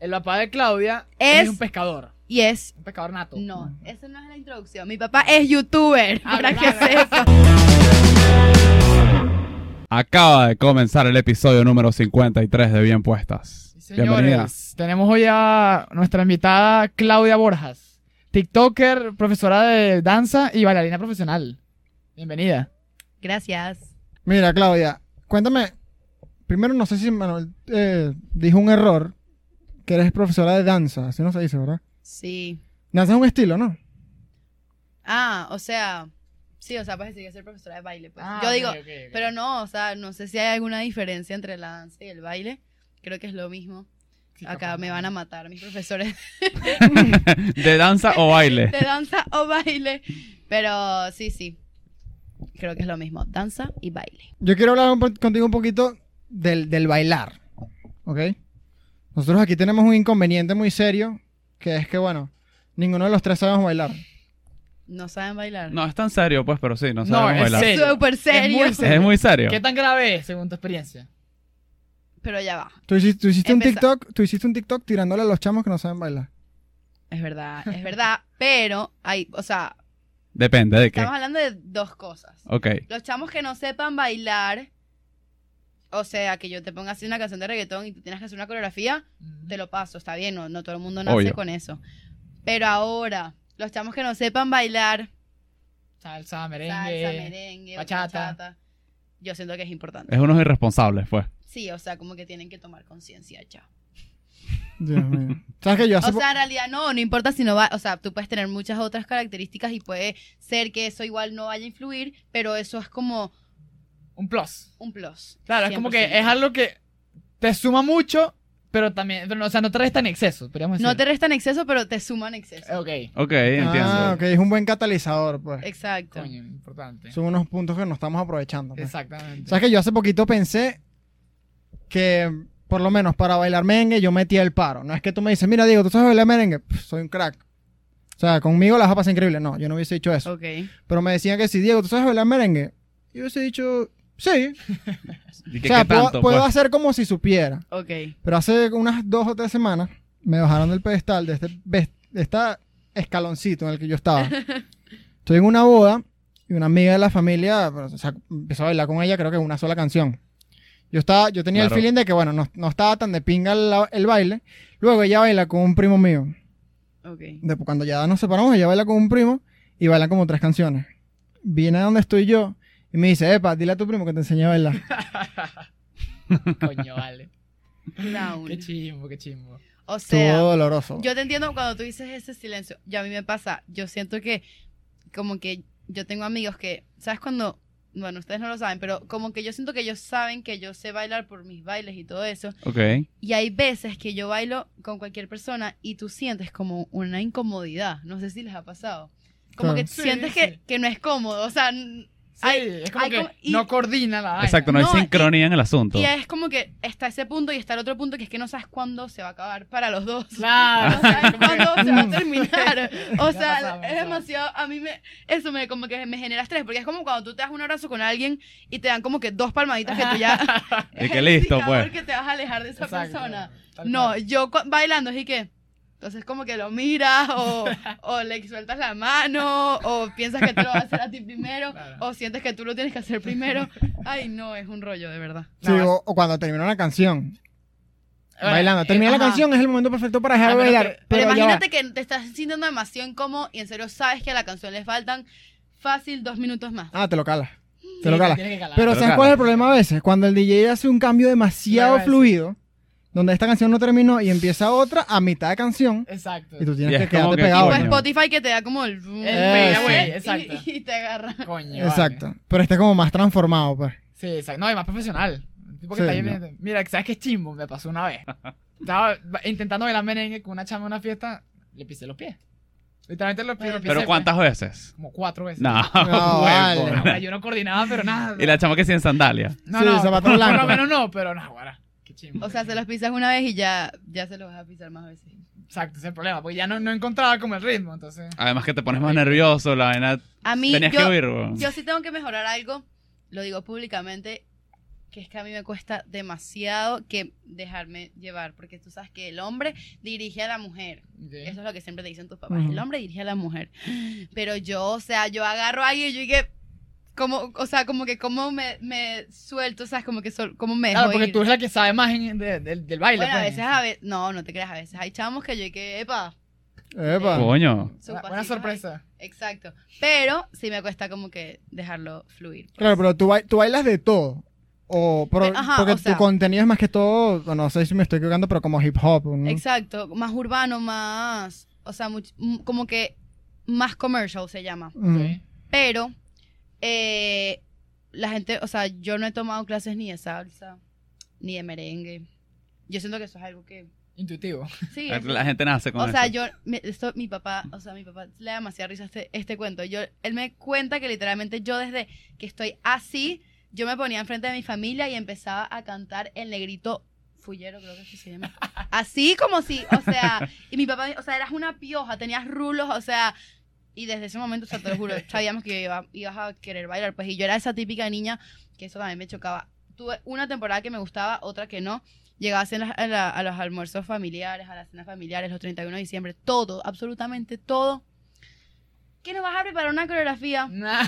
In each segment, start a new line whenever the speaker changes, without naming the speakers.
El papá de Claudia es,
Es-
un pescador.
Y es.
Un pescador nato.
No, esa no es la introducción. Mi papá es youtuber.
Ah,
Para que
claro.
sepa.
Acaba de comenzar el episodio número 53 de Bien Puestas.
Sí,
Bienvenida.
Señores, tenemos hoy a nuestra invitada Claudia Borjas, TikToker, profesora de danza y bailarina profesional. Bienvenida.
Gracias.
Mira, Claudia, cuéntame. Primero, no sé si Manuel eh, dijo un error, que eres profesora de danza, así no se dice, ¿verdad?
Sí.
Danza es un estilo, ¿no?
Ah, o sea. Sí, o sea, puedes decir que soy profesora de baile. Pues.
Ah,
Yo digo, pero no, o sea, no sé si hay alguna diferencia entre la danza y el baile. Creo que es lo mismo. Acá me van a matar mis profesores
¿De danza o baile?
de danza o baile. Pero sí, sí. Creo que es lo mismo. Danza y baile.
Yo quiero hablar un po- contigo un poquito del, del bailar, ¿ok? Nosotros aquí tenemos un inconveniente muy serio, que es que, bueno, ninguno de los tres sabemos bailar.
No saben bailar.
No, es tan serio, pues, pero sí, no
No,
sabemos
es
bailar.
serio.
Súper serio.
muy
Es muy serio.
¿Qué tan grave es según tu experiencia?
Pero ya va.
Tú hiciste, tú hiciste un
Empeza-
TikTok, tú hiciste un TikTok tirándole a los chamos que no saben bailar.
Es verdad, es verdad. pero hay, o sea,
Depende de qué.
estamos hablando de dos cosas.
Ok.
Los chamos que no sepan bailar, o sea, que yo te ponga así una canción de reggaetón y tú tienes que hacer una coreografía, te lo paso, está bien, no, no todo el mundo nace
Obvio.
con eso. Pero ahora, los chamos que no sepan bailar,
Salsa, merengue.
salsa, merengue,
bachata.
bachata. yo siento que es importante.
Es unos irresponsables, pues.
Sí, o sea, como que tienen que tomar conciencia, chao.
Dios mío. ¿Sabes que yo hace
O
po-
sea, en realidad no, no importa si no va, o sea, tú puedes tener muchas otras características y puede ser que eso igual no vaya a influir, pero eso es como
Un plus.
un plus.
Claro, es como que
100%.
es algo que te suma mucho, pero también, pero no, o sea, no te resta en exceso, podríamos
No te
decir.
restan exceso, pero te suman exceso.
Ok,
Ok,
Ah,
entiendo.
ok, es un buen catalizador, pues.
Exacto.
coño,
Eh,
importante.
Son unos puntos que no estamos aprovechando. pues.
Exactamente.
¿Sabes que yo hace poquito pensé que, por lo menos para bailar merengue, yo metía el paro? No es que tú me dices, mira, Diego, ¿tú sabes bailar merengue? Pff, soy un crack. O sea, conmigo las vas a pasar increíble. No, yo no hubiese dicho eso.
Ok.
Pero me decían que si, Diego, ¿tú sabes bailar merengue? Yo hubiese dicho, sí.
¿Y
o
qué,
sea,
qué
puedo,
tanto,
puedo
pues?
hacer como si supiera.
Ok.
Pero hace unas dos o tres semanas me bajaron del pedestal de este, bes- de esta escaloncito en el que yo estaba. Estoy en una boda y una amiga de la familia bueno, o sea, empezó a bailar con ella, creo que una sola canción. Yo estaba, yo tenía
Claro.
el feeling de que bueno, no, no estaba tan de pinga la- el baile. Luego ella baila con un primo mío.
Ok.
Después, cuando ya nos separamos, ella baila con un primo y baila como tres canciones. Viene a donde estoy yo y me dice, epa, dile a tu primo que te enseñe a bailar.
Coño, vale.
Clown.
Qué chimbo, qué chimbo.
O sea,
Todo doloroso.
yo te entiendo cuando tú dices ese silencio. Yo a mí me pasa, yo siento que como que yo tengo amigos que, ¿sabes cuando? Bueno, ustedes no lo saben, pero como que yo siento que ellos saben que yo sé bailar por mis bailes y todo eso.
Ok.
Y hay veces que yo bailo con cualquier persona y tú sientes como una incomodidad. No sé si les ha pasado. Como que
Claro.
Sí,
sientes
sí.
que, que no es cómodo. O sea, n-
Sí,
hay-
es como
hay
que
como- y-
no coordina la vaina.
Exacto, no hay
No, y-
sincronía en el asunto.
y es como que está ese punto y está el otro punto que es que no sabes cuándo se va a acabar para los dos.
Claro.
No sabes
como que-
cuándo se va a terminar. O
Ya pasaba,
sea,
ya.
es demasiado. A mí me. Eso me como que me genera estrés. Porque es como cuando tú te das un abrazo con alguien y te dan como que dos palmaditas que tú ya.
Y
es
que
el
listo,
indicador
pues.
que te vas a alejar de esa
Exacto,
persona.
tal
No,
cual.
yo cu- bailando, así que. Entonces, como que lo miras, o, o le sueltas la mano, o piensas que te lo va a hacer a ti primero,
Claro.
o sientes que tú lo tienes que hacer primero. Ay, no, es un rollo, de verdad.
Sí,
No,
o, o cuando termina una canción.
Bueno,
bailando.
eh,
Termina la
ajá.
canción, es el momento perfecto para
A
dejar de
menos
bailar.
que-
Pero,
pero ya va.
imagínate que te estás sintiendo demasiado incómodo y en serio sabes que a la canción le faltan fácil dos minutos más.
Ah, te lo calas.
sí,
Te lo calas.
tiene que calar.
Pero
Te lo
¿sabes
calas.
cuál es el problema a veces? Cuando el DJ hace un cambio demasiado
Te lo iba a decir.
fluido, donde esta canción no terminó y empieza otra a mitad de canción,
Exacto.
y tú
Y
tienes
es
que quedarte
como que-
O
pegado.
Bueno.
¿no?
Spotify que te da como el.
El fade
Eh, sí.
away,
Y-
exacto.
Y, te agarra.
Coño. vale.
Exacto. Pero este es como más transformado, pues.
Sí, exacto. No, y más profesional. Un tipo que
Sí,
está ahí bien- Mira, ¿sabes qué chimbo? Me pasó una vez. Estaba ba- intentando bailar merengue con una chama en una fiesta, le pisé los pies. Literalmente los pies.
Pero
los pisé,
Pero
pues,
¿cuántas veces?
Como cuatro veces.
No,
No, vale.
Ah, huevo.
O sea, yo no coordinaba, pero nada.
Y la chama que sí en sandalia.
No,
Sí,
no,
zapato
Por
blanco.
lo menos no, pero no, guara. Qué chimbo.
O sea, se los pisas una vez y ya, ya se los vas a pisar más veces.
Exacto, ese es el problema. Porque ya no, no encontraba como el ritmo, entonces.
Además que te pones más nervioso, la vaina.
A mí.
Tenías
yo-
que huir, weón.
Yo sí tengo que mejorar algo, lo digo públicamente, que es que a mí me cuesta demasiado que dejarme llevar, porque tú sabes que el hombre dirige a la mujer. Eso es lo que siempre te dicen tus papás,
Ujú.
el hombre dirige a la mujer. Pero yo, o sea, yo agarro ahí y yo dije, como, o sea, como que como me, me suelto, sabes, como que sol- como me dejo
Claro, porque
ir.
tú eres la que sabe más en- de- del- del baile.
Bueno, a
pues.
veces, a veces, no, no te creas, a veces hay chamos que yo dije, epa,
Epa.
Coño.
sus
Buena- Buena
pasitos
sorpresa.
ahí. Exacto, pero sí me cuesta como que dejarlo fluir. pues.
Claro, pero tú, bai- tú bailas de todo. O pro-
Eh, ajá,
porque
o sea-
tu contenido es más que todo, o no sé si me estoy equivocando, pero como hip hop. ¿no?
Exacto, más urbano, más, o sea, much- m- como que más commercial se llama.
Mm.
Ok.
Pero eh, la gente, o sea, yo no he tomado clases ni de salsa, ni de merengue. Yo siento que eso es algo que...
Intuitivo.
Sí, es-
La gente nace con
o sea,
eso.
yo, me- esto, mi papá, o sea, mi papá le da demasiada risa este, este cuento. Yo, él me cuenta que literalmente yo desde que estoy así, yo me ponía enfrente de mi familia y empezaba a cantar el negrito fullero, creo que así se llama. Así como si, o sea, y mi papá, o sea, eras una pioja, tenías rulos, o sea, y desde ese momento, o sea, te lo juro, sabíamos que iba, ibas a querer bailar, pues, y yo era esa típica niña que eso también me chocaba. Tuve una temporada que me gustaba, otra que no. Llegaba a, cenas- a la- a los almuerzos familiares, a las cenas familiares, los 31 de diciembre, todo, absolutamente todo. ¿Qué nos vas a preparar Ah, una coreografía?
Nah.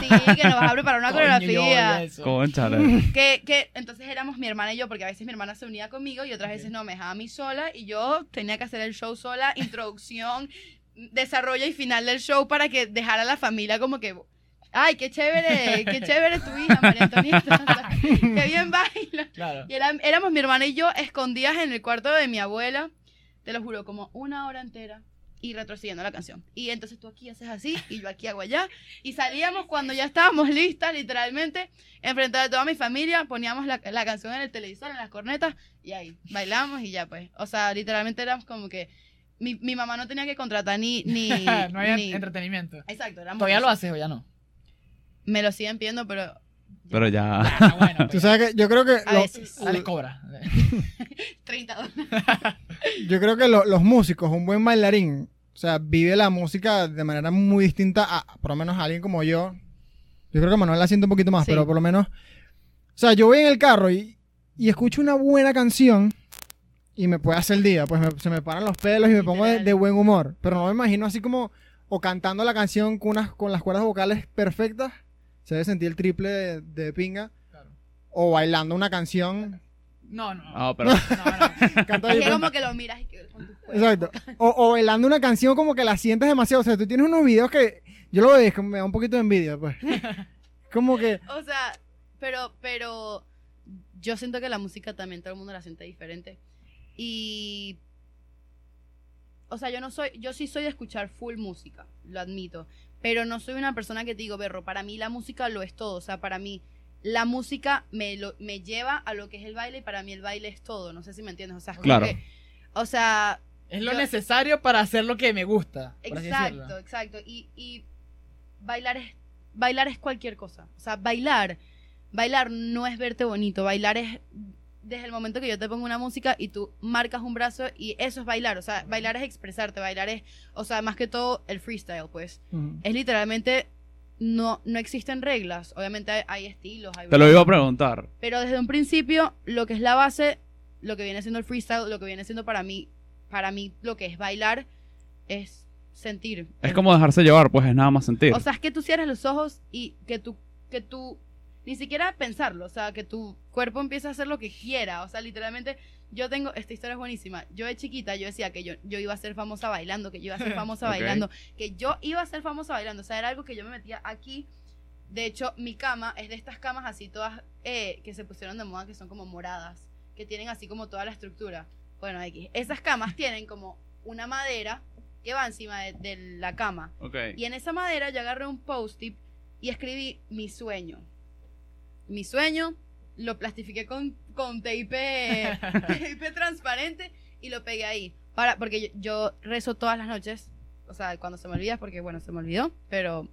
Sí, que nos vas a preparar una
Coño, yo odio
coreografía.
eso.
Cónchale.
Que, que entonces éramos mi hermana y yo, porque a veces mi hermana se unía conmigo y otras veces no, me dejaba a mí sola y yo tenía que hacer el show sola, introducción, desarrollo y final del show para que dejara a la familia como que, ay, qué chévere, qué chévere tu hija, María Antonieta, qué bien baila.
Claro.
Y era- éramos mi hermana y yo escondidas en el cuarto de mi abuela, te lo juro, como una hora entera y retrocediendo la canción. Y entonces tú aquí haces así y yo aquí hago allá. Y salíamos cuando ya estábamos listas, literalmente, enfrente de toda mi familia, poníamos la, la canción en el televisor, en las cornetas y ahí bailamos y ya pues. O sea, literalmente éramos como que mi, mi mamá no tenía que contratar ni... ni,
no había
ni-
entretenimiento.
Exacto, éramos...
¿Todavía lo haces o ya no?
Me lo siguen pidiendo, pero...
Pero ya.
Ah, bueno. pues
Tú
ya.
sabes que yo creo que,
A
lo-
veces.
Ah, les cobra.
30 dólares.
yo creo que lo- los músicos, un buen bailarín, o sea, vive la música de manera muy distinta a, por lo menos, a alguien como yo. Yo creo que Manuel la siente un poquito más,
Sí.
pero por lo menos. O sea, yo voy en el carro y, y escucho una buena canción y me puede hacer el día. Pues me- se me paran los pelos y me pongo de,
Literal.
de buen humor. Pero no me imagino así como. O cantando la canción con, unas, con las cuerdas vocales perfectas. Se debe sentir el triple de, de pinga.
Claro.
O bailando una canción.
No, no.
No, Ah, pero.
No, no.
Canta
Es que
diferente.
como que lo miras y que con tus
Pues,
cuerpos.
Exacto. O, o bailando una canción como que la sientes demasiado. O sea, tú tienes unos videos que yo lo veo y es que me da un poquito de envidia, pues. Como que.
O sea, pero, pero yo siento que la música también todo el mundo la siente diferente. Y. O sea, yo no soy. Yo sí soy de escuchar full música, lo admito. Pero no soy una persona que te digo, berro, para mí la música lo es todo. O sea, para mí la música me, lo- me lleva a lo que es el baile y para mí el baile es todo. No sé si me entiendes. O sea, es como
Claro.
que- o sea,
Es lo
Yo-
necesario para hacer lo que me gusta. por así decirlo.
Exacto, exacto. Y, y bailar es bailar es cualquier cosa. O sea, bailar, bailar no es verte bonito. Bailar es desde el momento que yo te pongo una música y tú marcas un brazo y eso es bailar. O sea, bailar es expresarte, bailar es, o sea, más que todo el freestyle, pues.
Mm.
Es literalmente no no existen reglas. Obviamente hay, hay estilos, hay
Te lo iba a preguntar.
pero desde un principio, lo que es la base, lo que viene siendo el freestyle, lo que viene siendo para mí, para mí lo que es bailar, es sentir.
Es como dejarse llevar, pues es nada más sentir.
O sea, es que tú cierres los ojos y que tú, que tú, ni siquiera pensarlo, o sea, que tu cuerpo empiece a hacer lo que quiera. O sea, literalmente, yo tengo, esta historia es buenísima. Yo de chiquita, yo decía que yo, yo iba a ser famosa bailando, que yo iba a ser famosa
Ok.
bailando, que yo iba a ser famosa bailando. O sea, era algo que yo me metía aquí. De hecho, mi cama es de estas camas así todas eh, que se pusieron de moda, que son como moradas, que tienen así como toda la estructura. Bueno, X. Esas camas tienen como una madera que va encima de- de la cama.
ok.
Y en esa madera yo agarré un post-it y escribí mi sueño. Mi sueño lo plastifiqué con, con tape, tape transparente y lo pegué ahí. Para, porque yo, yo rezo todas las noches. O sea, cuando se me olvida, es porque bueno, se me olvidó. Pero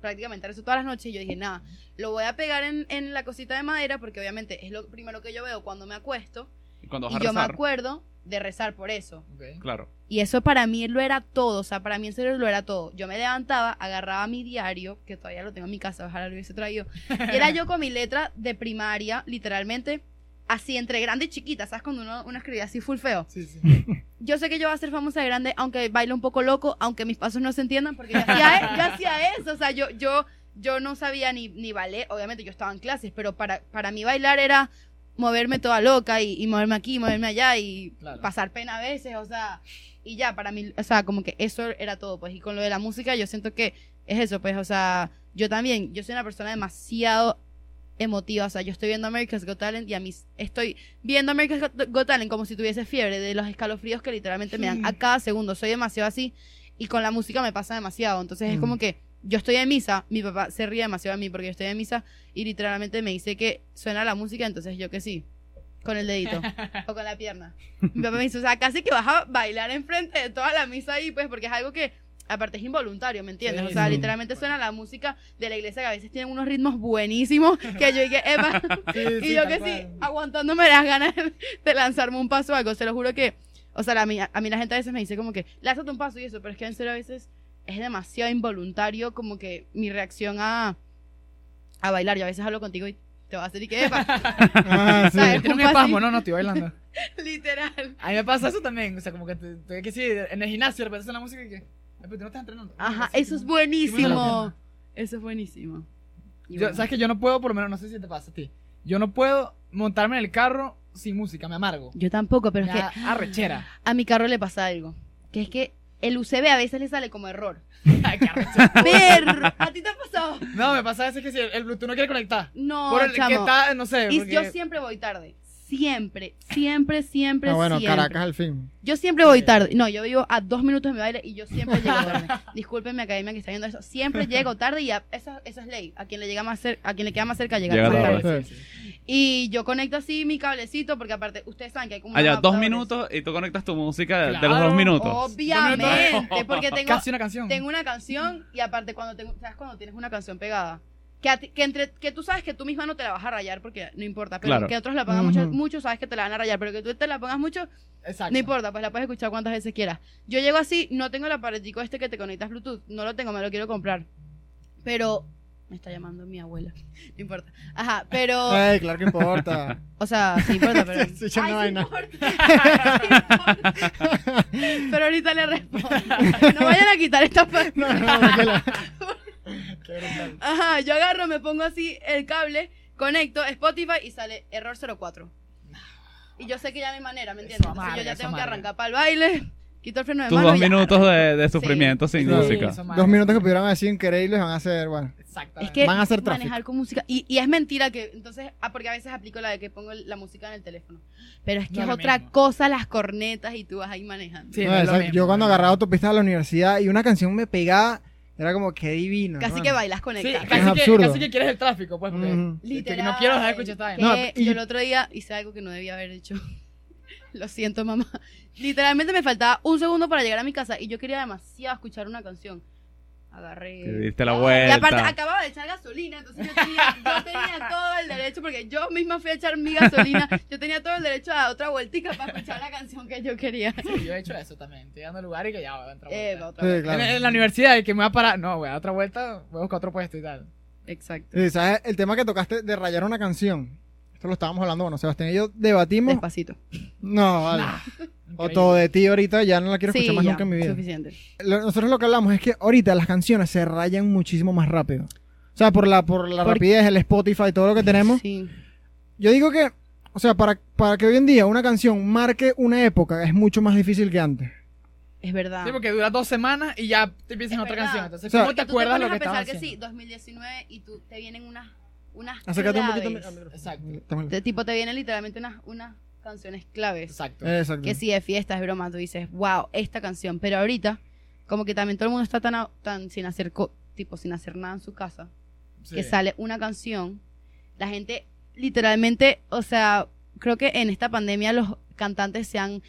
prácticamente rezo todas las noches y yo dije, nada, lo voy a pegar en, en la cosita de madera porque obviamente es lo primero que yo veo cuando me acuesto.
Cuando vas
Y
a
yo me
rezar.
acuerdo de rezar por eso.
Ok.
Claro.
Y eso para mí lo era todo, o sea, para mí el cerebro lo era todo. Yo me levantaba, agarraba mi diario, que todavía lo tengo en mi casa, ojalá lo hubiese traído. Y era yo con mi letra de primaria, literalmente, así entre grande y chiquita, ¿sabes? Cuando uno, uno escribía así full feo.
Sí, sí.
Yo sé que yo voy a ser famosa de grande, aunque baile un poco loco, aunque mis pasos no se entiendan, porque yo hacía, e- yo hacía eso, o sea, yo, yo, yo no sabía ni, ni ballet, obviamente yo estaba en clases, pero para, para mí bailar era moverme toda loca y, y moverme aquí, moverme allá y
Claro.
pasar pena a veces, o sea, y ya, para mí, o sea, como que eso era todo, pues, y con lo de la música yo siento que es eso, pues, o sea, yo también, yo soy una persona demasiado emotiva, o sea, yo estoy viendo America's Got Talent y a mí estoy viendo America's Got- Got Talent como si tuviese fiebre de los escalofríos que literalmente me dan a cada segundo, soy demasiado así y con la música me pasa demasiado, entonces es
Mm.
como que yo estoy en misa, mi papá se ríe demasiado de mí porque yo estoy en misa y literalmente me dice que suena la música, entonces yo que sí, con el dedito o con la pierna. Mi papá me dice, o sea, casi que vas a bailar enfrente de toda la misa ahí, pues porque es algo que aparte es involuntario, ¿me entiendes?
Sí,
o sea,
sí.
literalmente suena la música de la iglesia que a veces tienen unos ritmos buenísimos que yo dije, "Epa", y yo que sí, Ah, aguantándome las ganas de- de lanzarme un paso o algo, se lo juro que, o sea, la, mi- a mí la gente a veces me dice como que, lánzate un paso y eso, pero es que en serio a veces es demasiado involuntario como que mi reacción a, a bailar, yo a veces hablo contigo y te vas a hacer y que, "Epa",
Ah, sí.
¿Sabes?
Tiene un
Un pasillo.
espasmo, no, no, estoy bailando.
literal.
A mí me pasa eso también. O sea, como que te, te- que sí, en el gimnasio de repente suena la música y que. "Ay, Pero tú no estás entrenando.
Ajá,
Así,
eso es
¿no?
buenísimo. Eso es buenísimo. Y
Yo-
bueno.
Sabes que yo no puedo, por lo menos no sé si te pasa a ti. Yo no puedo montarme en el carro sin música, me amargo.
Yo tampoco, pero
Me
es que
da arrechera.
a mi carro le pasa algo. Que es que el UCB a veces le sale como error.
Ay, qué arrechera.
Perro, ¿a ti te ha pasado?
No, me pasa a veces que si el, el Bluetooth no quiere conectar.
No,
por el que
chamo.
está, no sé.
Y
porque-
yo siempre voy tarde. Siempre, siempre, siempre,
Ah, bueno,
siempre.
Caracas al fin.
Yo siempre voy tarde. No, yo vivo a dos minutos de mi baile y yo siempre llego tarde. Disculpen mi academia que está viendo eso. Siempre llego tarde y a- eso, eso es ley. A quien le llega más cer- a quien le queda más cerca llega
Llega
más
tarde.
tarde. Y yo conecto así mi cablecito porque aparte ustedes saben que hay como
Allá,
unos
dos
adaptadores.
minutos y tú conectas tu música de- de los
Claro,
dos minutos.
Obviamente, porque tengo,
Casi una canción.
tengo una canción y aparte cuando tengo, ¿sabes cuando tienes una canción pegada? Que, a ti- que, entre, que tú sabes que tú misma no te la vas a rayar porque no importa, pero
Claro.
que otros la pongan mucho,
Ujú.
mucho, sabes que te la van a rayar, pero que tú te la pongas mucho,
Exacto.
no importa, pues la puedes escuchar cuantas veces quieras. Yo llego así, no tengo el aparatico este que te conectas Bluetooth, no lo tengo, me lo quiero comprar. Pero me está llamando mi abuela, no importa. Ajá, pero,
Oh.
Ay, claro que importa.
o sea, sí importa, pero...
Sí, ya
Ay,
no
sí
hay nada.
importa. Sí importa. Pero ahorita le respondo. No vayan a quitar esta parte.
No, no, tranquila.
Ajá, yo agarro, me pongo así el cable, conecto Spotify y sale error 04. Y yo sé que ya no hay manera, ¿me
Eso
entiendes? Entonces
amarga,
yo ya
eso
tengo que
amarga.
arrancar para el baile, quito el freno de
Tus
mano.
dos
y ya.
minutos de, de sufrimiento sin
Sí,
música.
eso, madre.
Dos minutos que pudieran decir increíbles van a ser, bueno.
Exactamente.
Es que
Van a hacer tráfico.
manejar con música. Y, y es mentira que. Entonces, ah, porque a veces aplico la de que pongo la música en el teléfono. Pero es que
No es
es
lo
otra
mismo.
cosa las cornetas y tú vas ahí manejando.
Sí,
No,
no es lo
exacto.
mismo,
Yo cuando
no es lo
agarraba autopista de la universidad y una canción me pegaba, era como que divino.
Casi
hermano.
que bailas
Sí,
conectadas.
casi, que,
absurdo. Mm.
casi que quieres el tráfico, pues. Porque
Ujú.
que
Literal.
no quiero dejar de escuchar esta
Que
vaina.
No, y-
Yo el otro día hice algo que no debía haber hecho. Lo siento, mamá. Literalmente me faltaba un segundo para llegar a mi casa y yo quería demasiado escuchar una canción.
Te
Agarré.
diste la
Y
vuelta.
aparte acababa de echar gasolina, entonces yo tenía, yo tenía todo el derecho, porque yo misma fui a echar mi gasolina, yo tenía todo el derecho a otra vueltica para escuchar la canción que yo quería.
Sí, yo he hecho eso también. Estoy llegando al lugar y que ya voy a entrar.
Eh,
vuelta.
va otra
Sí,
vuelta.
En,
claro.
en la universidad, y que me va a parar. No, voy a dar otra vuelta, voy a buscar otro puesto y tal.
Exacto.
Sí, ¿Sabes? El tema que tocaste de rayar una canción. Esto lo estábamos hablando, bueno, Sebastián y yo debatimos.
Despacito.
No, vale. O
Increíble.
todo de ti ahorita, ya no la quiero
sí,
escuchar más
ya,
nunca en mi vida.
suficiente.
Lo- nosotros lo que hablamos es que ahorita las canciones se rayan muchísimo más rápido. O sea, por la, por la
Por-
rapidez, el Spotify, todo lo que tenemos.
Sí.
Yo digo que, o sea, para, para que hoy en día una canción marque una época es mucho más difícil que antes.
Es verdad.
Sí, porque dura dos semanas y ya te piensas en
Es
otra
verdad.
canción. Entonces,
O sea,
¿cómo
Porque
te
tú
acuerdas
pones
lo que
a pensar
estabas
que sí,
haciendo?
2019 y tú te vienen unas unas
Acércate un poquito.
claves.
al micrófono.
Exacto.
Exactamente.
De tipo te vienen literalmente unas unas canciones claves.
Exacto.
Exacto.
Que si de fiesta es broma, tú dices, "Wow, esta canción", pero ahorita como que también todo el mundo está tan a- tan sin hacer co- tipo sin hacer nada en su casa,
Sí.
que sale una canción, la gente literalmente, o sea, creo que en esta pandemia los cantantes se han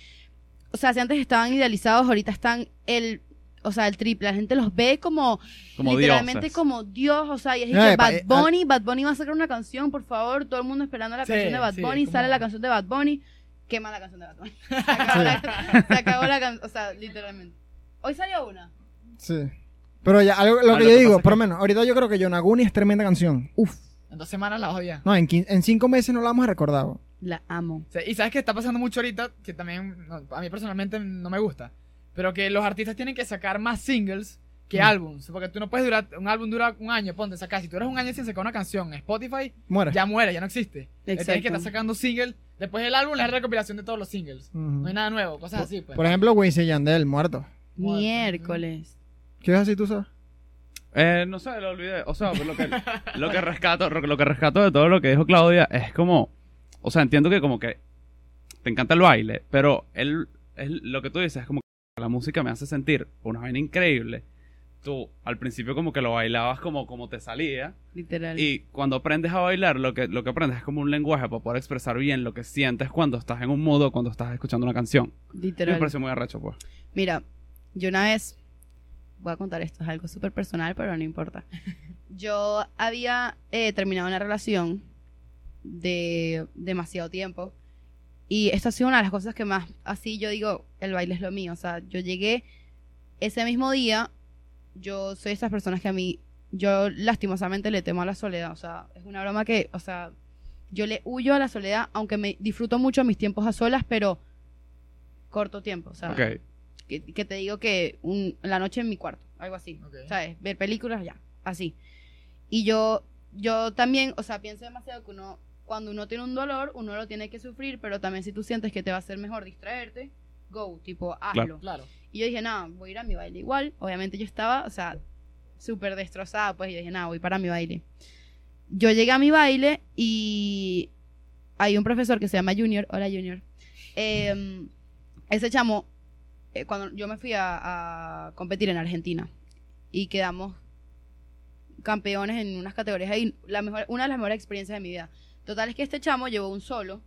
o sea, si antes estaban idealizados, ahorita están el o sea, el triple, la gente los ve como
como
literalmente
dioses.
como Dios, o sea, y es
No,
que
epa,
Bad
eh, al-
Bunny, Bad Bunny va a sacar una canción, por favor, todo el mundo esperando la
Sí,
canción de Bad
sí,
Bunny,
es
sale
como-
la canción de Bad Bunny, quema la canción de Batman. Se acabó, la, se acabó la canción, o sea, literalmente. Hoy salió una.
Sí. Pero ya, algo- lo
Ah,
que
lo
yo
que
digo,
pasa es
por lo
que-
menos, ahorita yo creo que Yonaguni es tremenda canción. Uf.
En dos semanas la odia.
No, en, quin- en cinco meses no la vamos a recordar. bro.
La amo.
Sí, y sabes que está pasando mucho ahorita, que también no, a mí personalmente no me gusta, pero que los artistas tienen que sacar más singles que
Mm.
álbums, porque tú no puedes durar, un álbum dura un año, ponte, sacas, si tú eres un año sin sacar una canción, Spotify
Muere.
ya muere, ya no existe. Le Tienes que
Exacto.
estar sacando singles, después del álbum la recopilación de todos los singles,
Ujú.
no hay nada nuevo, cosas así pues.
Por ejemplo, Wisin y Yandel, muerto.
Miércoles.
¿Qué es así tú sabes?
Eh, no sé, lo olvidé. O sea, pues lo que, lo que rescato, lo que rescato de todo lo que dijo Claudia es como, o sea, entiendo que como que te encanta el baile, pero él, es lo que tú dices es como que la música me hace sentir una vaina increíble. Tú al principio como que lo bailabas como, como te salía
Literal.
y cuando aprendes a bailar lo que, lo que aprendes es como un lenguaje para poder expresar bien lo que sientes cuando estás en un modo, cuando estás escuchando una canción. Y
Literal.
me parece muy arrecho, pues.
Mira, yo una vez, voy a contar esto, es algo súper personal, pero no importa. Yo había eh, terminado una relación de demasiado tiempo y esto ha sido una de las cosas que más, así yo digo, el baile es lo mío. O sea, yo llegué ese mismo día, yo soy esas personas que a mí, yo lastimosamente le temo a la soledad. O sea, es una broma que, o sea, yo le huyo a la soledad, aunque me disfruto mucho mis tiempos a solas, pero corto tiempo. O sea,
Ok.
que, que te digo que un- la noche en mi cuarto, algo así,
Ok.
¿sabes? Ver películas ya, así. Y yo, yo también, o sea, pienso demasiado que uno, cuando uno tiene un dolor, uno lo tiene que sufrir, pero también si tú sientes que te va a ser mejor distraerte, go, tipo, hazlo.
Claro.
Y yo dije, nada, voy a ir a mi baile igual. Obviamente yo estaba, o sea, súper destrozada, pues yo dije, nada, voy para mi baile. Yo llegué a mi baile y hay un profesor que se llama Junior, hola Junior. Eh, ese chamo, eh, cuando yo me fui a, a competir en Argentina y quedamos campeones en unas categorías ahí, la mejor, una de las mejores experiencias de mi vida. Total es que este chamo llevó un solo,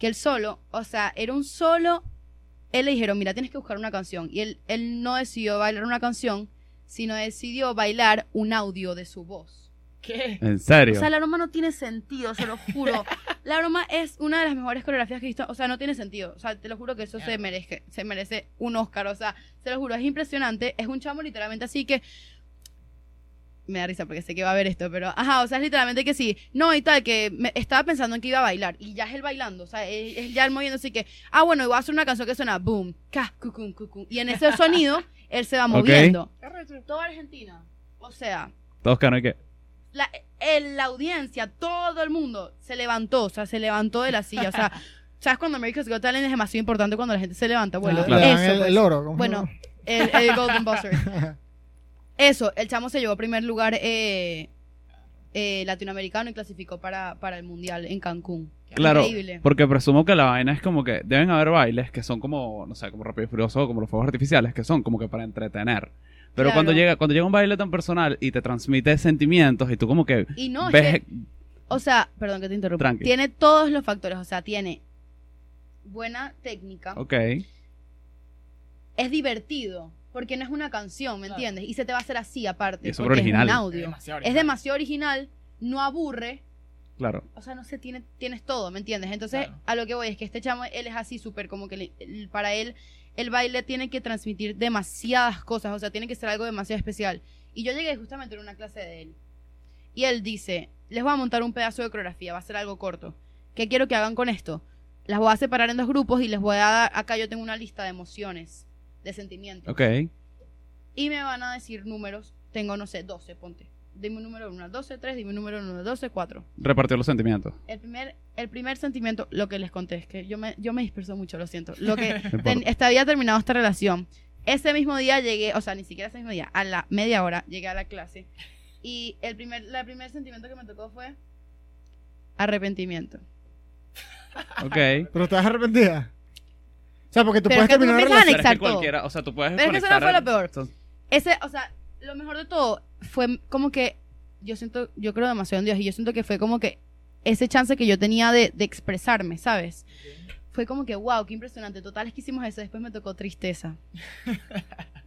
que el solo, o sea, era un solo él le dijeron, mira, tienes que buscar una canción. Y él, él no decidió bailar una canción, sino decidió bailar un audio de su voz.
¿Qué?
En serio.
O sea, la broma no tiene sentido, se lo juro. la broma es una de las mejores coreografías que he visto. O sea, no tiene sentido. O sea, te lo juro que eso se
Mierda.
merece, se merece un Oscar. O sea, se lo juro, es impresionante. Es un chamo literalmente así que... Me da risa porque sé que va a ver esto, pero... Ajá, o sea, es literalmente que sí. No, y tal, que me- estaba pensando en que iba a bailar. Y ya es él bailando. O sea, es, es ya él moviéndose y que... Ah, bueno, y voy a hacer una canción que suena... Boom, ca, cucum, cucum. Y en ese sonido, él se va
Ok.
moviendo. Toda Argentina. O sea
Todos que no hay que...
la, el- la audiencia, todo el mundo se levantó, o sea, se levantó de la silla. O sea, ¿sabes cuando America's Got Talent es demasiado importante cuando la gente se levanta? Bueno,
Le-
claro.
Le dan
eso,
el,
pues.
el oro. ¿cómo se
Bueno, el,
llama?
el Golden Buzzer. Eso, el chamo se llevó primer lugar eh, eh, latinoamericano y clasificó para, para el Mundial en Cancún.
Claro,
Increíble.
porque presumo que la vaina es como que deben haber bailes que son como, no sé, como rápido y furioso o como los fuegos artificiales, que son como que para entretener. Pero
Claro.
cuando llega cuando llega un baile tan personal y te transmite sentimientos y tú como que
Y no, es que-
ves...
O sea, perdón que te interrumpa.
Tranqui.
Tiene todos los factores, o sea, tiene buena técnica,
e-, Ok,
es divertido, porque no es una canción, ¿me
Claro.
entiendes? Y se te va a hacer así aparte,
Y es súper
porque
original.
es un audio. es
original.
demasiado original, no aburre,
claro.
o sea, no sé, tiene, tienes todo, ¿me entiendes? Entonces,
Claro.
a lo que voy es que este chamo, él es así súper, como que le- el- para él el baile tiene que transmitir demasiadas cosas, o sea, tiene que ser algo demasiado especial. Y yo llegué justamente en una clase de él, y él dice, les voy a montar un pedazo de coreografía, va a ser algo corto. ¿Qué quiero que hagan con esto? Las voy a separar en dos grupos y les voy a dar, acá yo tengo una lista de emociones, de sentimientos
Ok,
y me van a decir números. Tengo, no sé, 12, ponte. Dime un número 1 al 12, 3, dime un número 1 al 12, 4.
repartió los sentimientos.
El primer, el primer sentimiento, lo que les conté, es que yo me, yo me disperso mucho, lo siento. Lo que
No importa.
ten- esta- había terminado esta relación. Ese mismo día llegué, o sea, ni siquiera ese mismo día, a la media hora llegué a la clase. Y el primer, la primer sentimiento que me tocó fue arrepentimiento.
Ok.
Pero estás arrepentida. O sea, porque tú
Pero
puedes
es que tú
terminar
empiezas a
Pero
una relación.
es que
anexar todo.
cualquiera, o sea, tú puedes
Pero es que eso no
conectar
fue lo
al-
peor. Ese, o sea, lo mejor de todo fue como que yo siento, yo creo demasiado en Dios y yo siento que fue como que ese chance que yo tenía de, de expresarme, ¿sabes? Fue como que, wow, qué impresionante. Total, es que hicimos eso. Después me tocó tristeza.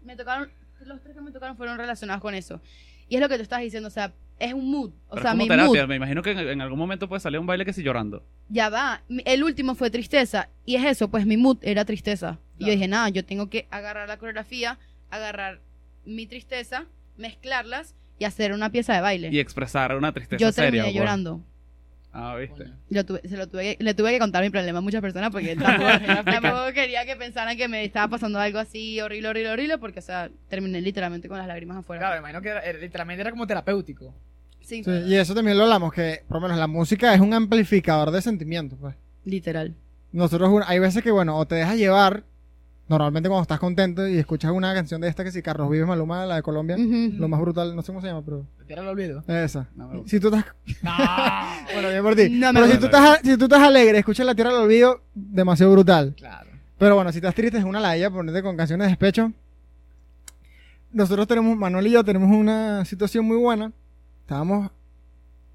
me tocaron, los tres que me tocaron fueron relacionados con eso. Y es lo que tú estás diciendo, o sea, es un mood. O
Pero
sea,
es como
mi mood.
terapia. Me imagino que en, en algún momento puede salir un baile que sí llorando.
ya va. Mi- El último fue tristeza. Y es eso, pues mi mood era tristeza. Y yo
Claro.
dije, nada, yo tengo que agarrar la coreografía, agarrar mi tristeza, mezclarlas y hacer una pieza de baile.
Y expresar una tristeza
yo terminé
seria. pues.
llorando.
Ah, viste.
Yo tuve- se lo tuve que- le tuve que contar mi problema a muchas personas porque tampoco, tampoco quería que pensaran que me estaba pasando algo así horrible, horrible, horrible, porque, o sea, terminé literalmente con las lágrimas afuera.
Claro, me imagino que era- era- literalmente era como terapéutico.
Sí,
Sí, y eso también lo hablamos, que por lo menos la música es un amplificador de sentimientos, pues.
literal.
Nosotros, un- hay veces que, bueno, o te dejas llevar, normalmente cuando estás contento y escuchas una canción de esta que si Carlos Vives Maluma, la de Colombia,
Ujú.
lo más brutal, no sé cómo se llama, pero
Te era el olvido.
esa.
No me gusta.
Si tú estás,
No.
bueno, bien por ti.
No me
pero si
gusta.
tú, estás, si tú estás alegre, escuchas La Tierra del Olvido, demasiado brutal.
claro.
Pero bueno, si estás triste, es una ladilla ponerte con canciones de despecho. Nosotros tenemos, Manuel y yo, tenemos una situación muy buena. Estábamos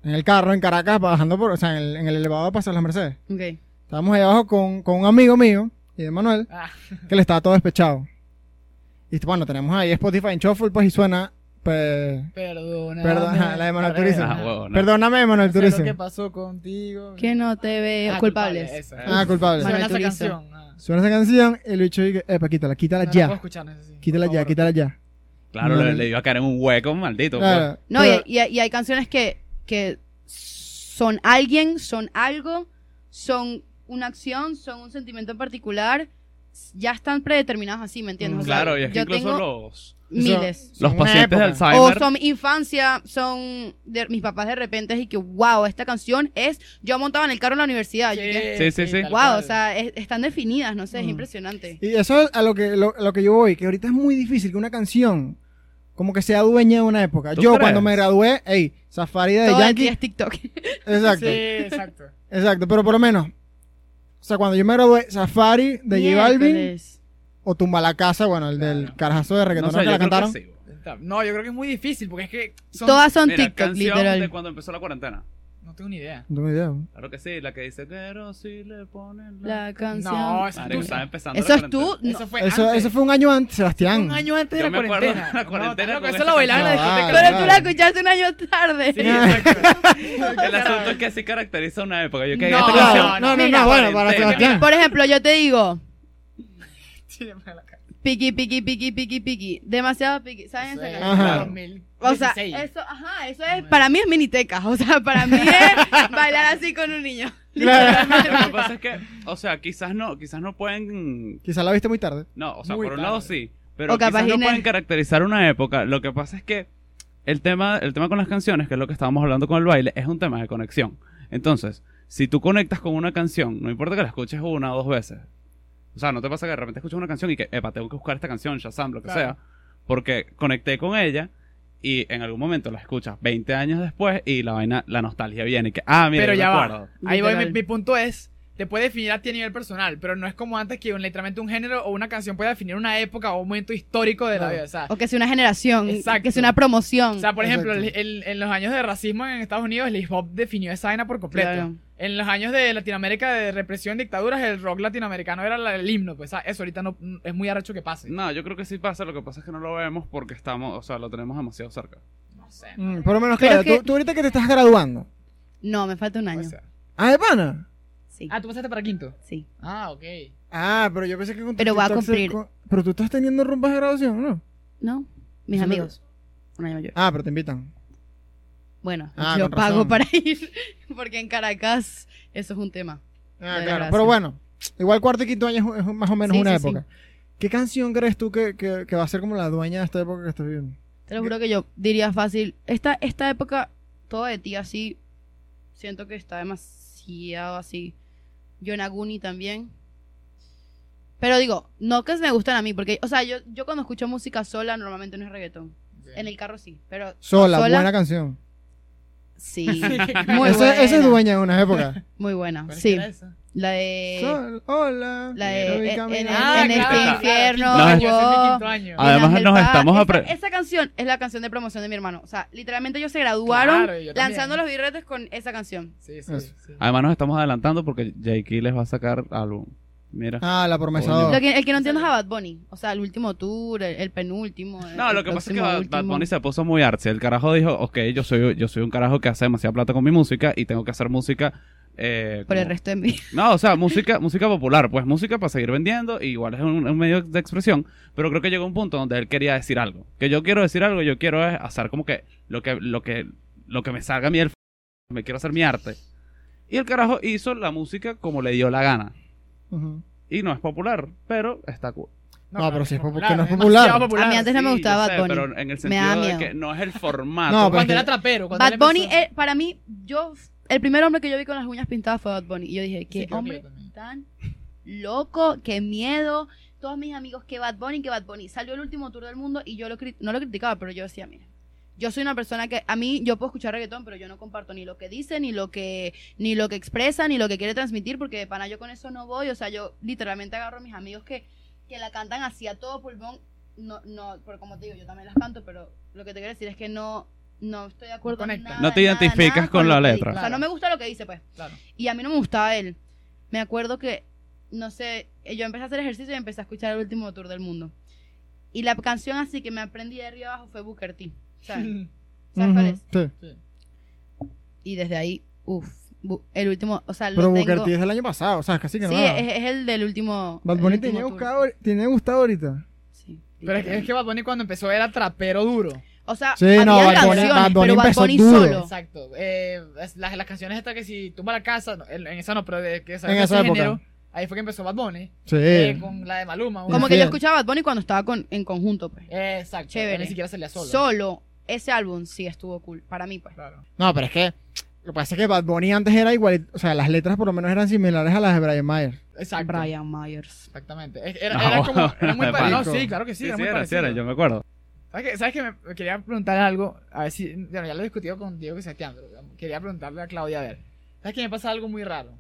en el carro en Caracas, bajando por, o sea, en el, en el elevador para hacer las Mercedes.
Ok.
Estábamos ahí abajo con, con un amigo mío, y de Manuel,
Ah.
que le estaba todo despechado. Y bueno, tenemos ahí Spotify en Shuffle, pues, y suena, pues,
Perdona.
Perdón, ajá, la de Manuel Turizo.
Ah, huevo, no.
Perdóname, Manuel Turizo.
lo que pasó contigo.
Que no te veo.
Ah,
culpables.
culpable, esa.
Ah, culpable.
Suena
Manuel
esa
Turizo.
canción. ah.
Suena esa canción, el bicho dice, epa, quítala, quítala
No la puedo
ya.
escuchar, no sé si- por
Quítala ya,
favor.
quítala ya.
Claro,
No,
le,
no.
le iba a caer en un hueco, maldito. pues.
Claro,
No,
pero-
y, y- y hay canciones que, que son alguien, son algo, son una acción, son un sentimiento en particular. Ya están predeterminados así, ¿me entiendes? O sea,
Mm, Claro, y es que
yo
incluso
tengo
los,
miles.
Son
los
una
pacientes de
época.
O
Alzheimer.
son mi infancia, son de, mis papás de repente y que, wow, esta canción es... Yo montaba en el carro en la universidad. yo dije,
Sí, sí, sí.
tal
wow, o
cual.
sea, es- están definidas, no sé, es
Mm.
impresionante.
Y eso es a lo que, lo, a lo que yo voy, que ahorita es muy difícil que una canción como que sea dueña de una época.
¿Tú
Yo
crees?
cuando me gradué, hey, Safari de
Todo el
eh, Yankee.
día es TikTok.
Sí,
Exacto,
exacto.
exacto, pero por lo menos. O sea, cuando yo me gradué, Safari de J Balvin
Miércoles.
o Tumba la Casa, bueno, el del
Claro.
carajazo de
sé,
reggaetonero que
yo
la
creo
cantaron.
sí, güey.
No, yo creo que es muy difícil porque es que son-
Todas son
Mira,
TikTok,
canción
literal.
de cuando empezó la cuarentena.
No tengo ni idea.
No tengo idea.
Claro que sí, la que dice, pero si le ponen la...
La canción.
No, eso
Marico,
es
estaba
tú.
empezando
Eso
la
es tú.
Eso fue
Eso,
antes.
eso fue un año antes, Sebastián.
un año antes de la
Yo me acuerdo de
cuarentena.
la cuarentena
No,
con
eso
esa
la bailaban en
canción.
la
No,
discoteca.
Pero tú la
Claro.
escuchaste un año tarde.
Sí, exacto.
El asunto es que así caracteriza una época. Yo que
No,
esta
no,
canción...
no,
no, no,
mira,
no, bueno, para
cuarentena.
Sebastián.
Por ejemplo, yo te digo,
Tírame la cara.
piqui, piqui, piqui, piqui, piqui. Demasiado piqui. ¿Saben
Eso
esa
es
canción?
Ajá.
2016.
O sea, eso, ajá, eso es, para mí es miniteca. O sea, para mí es bailar así con un niño.
Claro.
Lo que pasa es que, o sea, quizás no, quizás no pueden...
Quizás la viste muy tarde.
No, o sea,
Muy
por un
tarde.
lado sí, pero
O capaz
quizás no
Ginés.
pueden caracterizar una época. Lo que pasa es que el tema, el tema con las canciones, que es lo que estábamos hablando con el baile, es un tema de conexión. Entonces, si tú conectas con una canción, no importa que la escuches una o dos veces. O sea, no te pasa que de repente escuchas una canción y que, epa, tengo que buscar esta canción, Shazam, lo que
Claro.
sea, porque conecté con ella y en algún momento la escuchas 20 años después y la vaina, la nostalgia viene y que, ah, mira,
Pero
yo
ya va.
recuerdo.
Ahí voy, mi,
Literal.
mi punto es, te puede definir a ti a nivel personal, pero no es como antes que un, literalmente un género o una canción puede definir una época o un momento histórico de la
Claro.
vida. O sea,
O que sea una generación,
Exacto.
que sea una promoción.
o sea, por ejemplo, el-
Exacto.
el- en los años de racismo en Estados Unidos, el hip hop definió esa vaina por completo.
Claro.
En los años de Latinoamérica, de represión, dictaduras, el rock latinoamericano era la- el himno. Pues, o sea, eso ahorita no, es muy arrecho que pase.
No, yo creo que sí pasa, lo que pasa es que no lo vemos porque estamos, o sea, lo tenemos demasiado cerca.
No sé.
Mm, por lo menos,
Pero
claro,
es que-
tú, tú ahorita que te estás graduando.
No, me falta un
O
año.
sea.
Ah, de pana.
sí,
Ah, tú pasaste para quinto.
sí.
Ah, ok.
Ah, pero yo pensé que con tu
Pero va a
TikTok se
cumplir.
co- Pero tú estás teniendo rumbas de graduación, ¿no?
¿No? Mis
Sí, me-
amigos. Un año mayor.
Ah, pero te invitan.
Bueno,
Ah,
yo
con
pago
razón.
para ir, porque en Caracas eso es un tema.
Ah,
De
claro.
graduación.
Pero bueno, igual cuarto y quinto año es un- es, un- más o menos
Sí,
una
sí, sí.
época. ¿Qué canción crees tú que, que- que va a ser como la dueña de esta época que estás viviendo?
Te lo juro que yo diría fácil. Esta, esta época, todo de ti así, siento que está demasiado así. Yonaguni también. Pero digo, no que me gustan a mí, porque, o sea, yo, yo cuando escucho música sola normalmente no es reggaetón. En el carro sí, pero
Sola,
¿Sola?
buena canción.
sí.
Muy
Muy
Esa,
buena.
esa es dueña de una época.
Muy buena, sí. La de...
Sol, hola.
Eh, La de eh,
quiero ir
en, en-
caminando.
Ah,
en este
claro, claro,
infierno.
No,
Yo soy mi
wow.
quinto año.
Ah, Además,
Ángel
nos
Paz.
estamos
Esa-
apre-
esa, canción es la canción de promoción de mi hermano. O sea, literalmente ellos se graduaron
Claro, y yo también.
lanzando los birretes con esa canción.
Sí, sí,
Eso.
sí.
Ah, Además nos estamos adelantando porque J.K. les va a sacar álbum. Mira.
Ah, la promesa
Coño.
de
Lo
oro.
que- el que no entiendo es a Bad Bunny. O sea, el último tour, el, el penúltimo. el-
No, lo
el
que pasa es que
próximo,
Bad, Bad
último.
Bunny se puso muy artsy. El carajo dijo, ok, yo soy, yo soy un carajo que hace demasiada plata con mi música y tengo que hacer música... eh,
Por el
como-
resto de mi
No, o sea, música, música popular, pues música para seguir vendiendo, y igual es un, un medio de expresión, pero creo que llegó un punto donde él quería decir algo. Que yo quiero decir algo, yo quiero es hacer como que lo que, lo que, lo que me salga a mí del f- me quiero hacer mi arte. Y el carajo hizo la música como le dio la gana.
Ujú.
Y no es popular, pero está cool.
No, pero si es popu- que no es
demasiado
popular.
A mí antes no me
Sí,
gustaba
yo
Bad
sé,
Bunny.
Pero en
Me
el
da
sentido de
miedo.
que no es el formato.
No, pero-
Cuando era trapero. Cuando
Bad
él empezó-
Bunny, eh, para mí, yo, el primer hombre que yo vi con las uñas pintadas fue Bad Bunny. Y yo dije, qué
Sí, creo que
hombre
yo también.
tan loco, qué miedo. Todos mis amigos, que Bad Bunny, que Bad Bunny. Salió el último tour del mundo y yo lo cri- no lo criticaba, pero yo decía, mira, yo soy una persona que, a mí, yo puedo escuchar reggaetón, pero yo no comparto ni lo que dice, ni lo que, ni lo que expresa, ni lo que quiere transmitir, porque de pana yo con eso no voy. O sea, yo literalmente agarro a mis amigos que, que la cantan así a todo pulmón. No, no, pero como te digo, yo también las canto, pero lo que te quiero decir es que no, no estoy de acuerdo en
conecta.
nada,
No te
nada,
identificas
nada
con la
lo que
letra.
dice. O sea, no me gusta lo que dice, pues.
Claro.
Y a mí no me gustaba él. Me acuerdo que, no sé, yo empecé a hacer ejercicio y empecé a escuchar el último tour del mundo. Y la canción así que me aprendí de arriba abajo fue Booker T. ¿Sabes, ¿Sabes cuál
Ujú,
es?
Sí.
Y desde ahí, uff, el último, o sea, lo
Pero Booker
tengo...
T es del año pasado, o sea, casi que
Sí,
nada.
es, es el del último.
Bad
el
Bunny
último
tiene
tour.
buscado, tiene gustado ahorita.
Sí,
Pero es que, es que Bad Bunny cuando empezó era trapero duro.
O sea,
Sí,
había
no, Bad Bunny-
canciones,
Bad Bunny
pero Bad
empezó
Bunny
duro.
solo.
Exacto. Eh, es- las, las canciones estas que si tumba la casa, no, en, en esa no, pero de que
En
de
esa
ese
época.
género, ahí fue que empezó Bad Bunny.
Sí.
eh, con la de Maluma. una-
Como que
Bien.
yo escuchaba Bad Bunny cuando estaba con, en conjunto, pues.
Eh, exacto.
Chévere.
Ni siquiera salía solo.
Solo. Ese álbum sí estuvo cool, para mí, pues.
Claro.
No, pero es que lo que pasa es que Bad Bunny antes era igual, o sea, las letras por lo menos eran similares a las de Brian Mayer.
Exacto.
Brian Myers.
Exactamente. Es- Era,
No,
era como. Era muy
de
parecido. No,
pana.
sí, claro que sí.
Sí,
era
sí,
muy
era, sí
parecido.
era, yo me acuerdo.
¿Sabes qué? ¿Sabes qué? Me, me quería preguntar algo. A ver si. Bueno, ya lo he discutido con Diego y Sebastián. pero Quería preguntarle a Claudia. A ver. ¿Sabes que me pasa algo muy raro?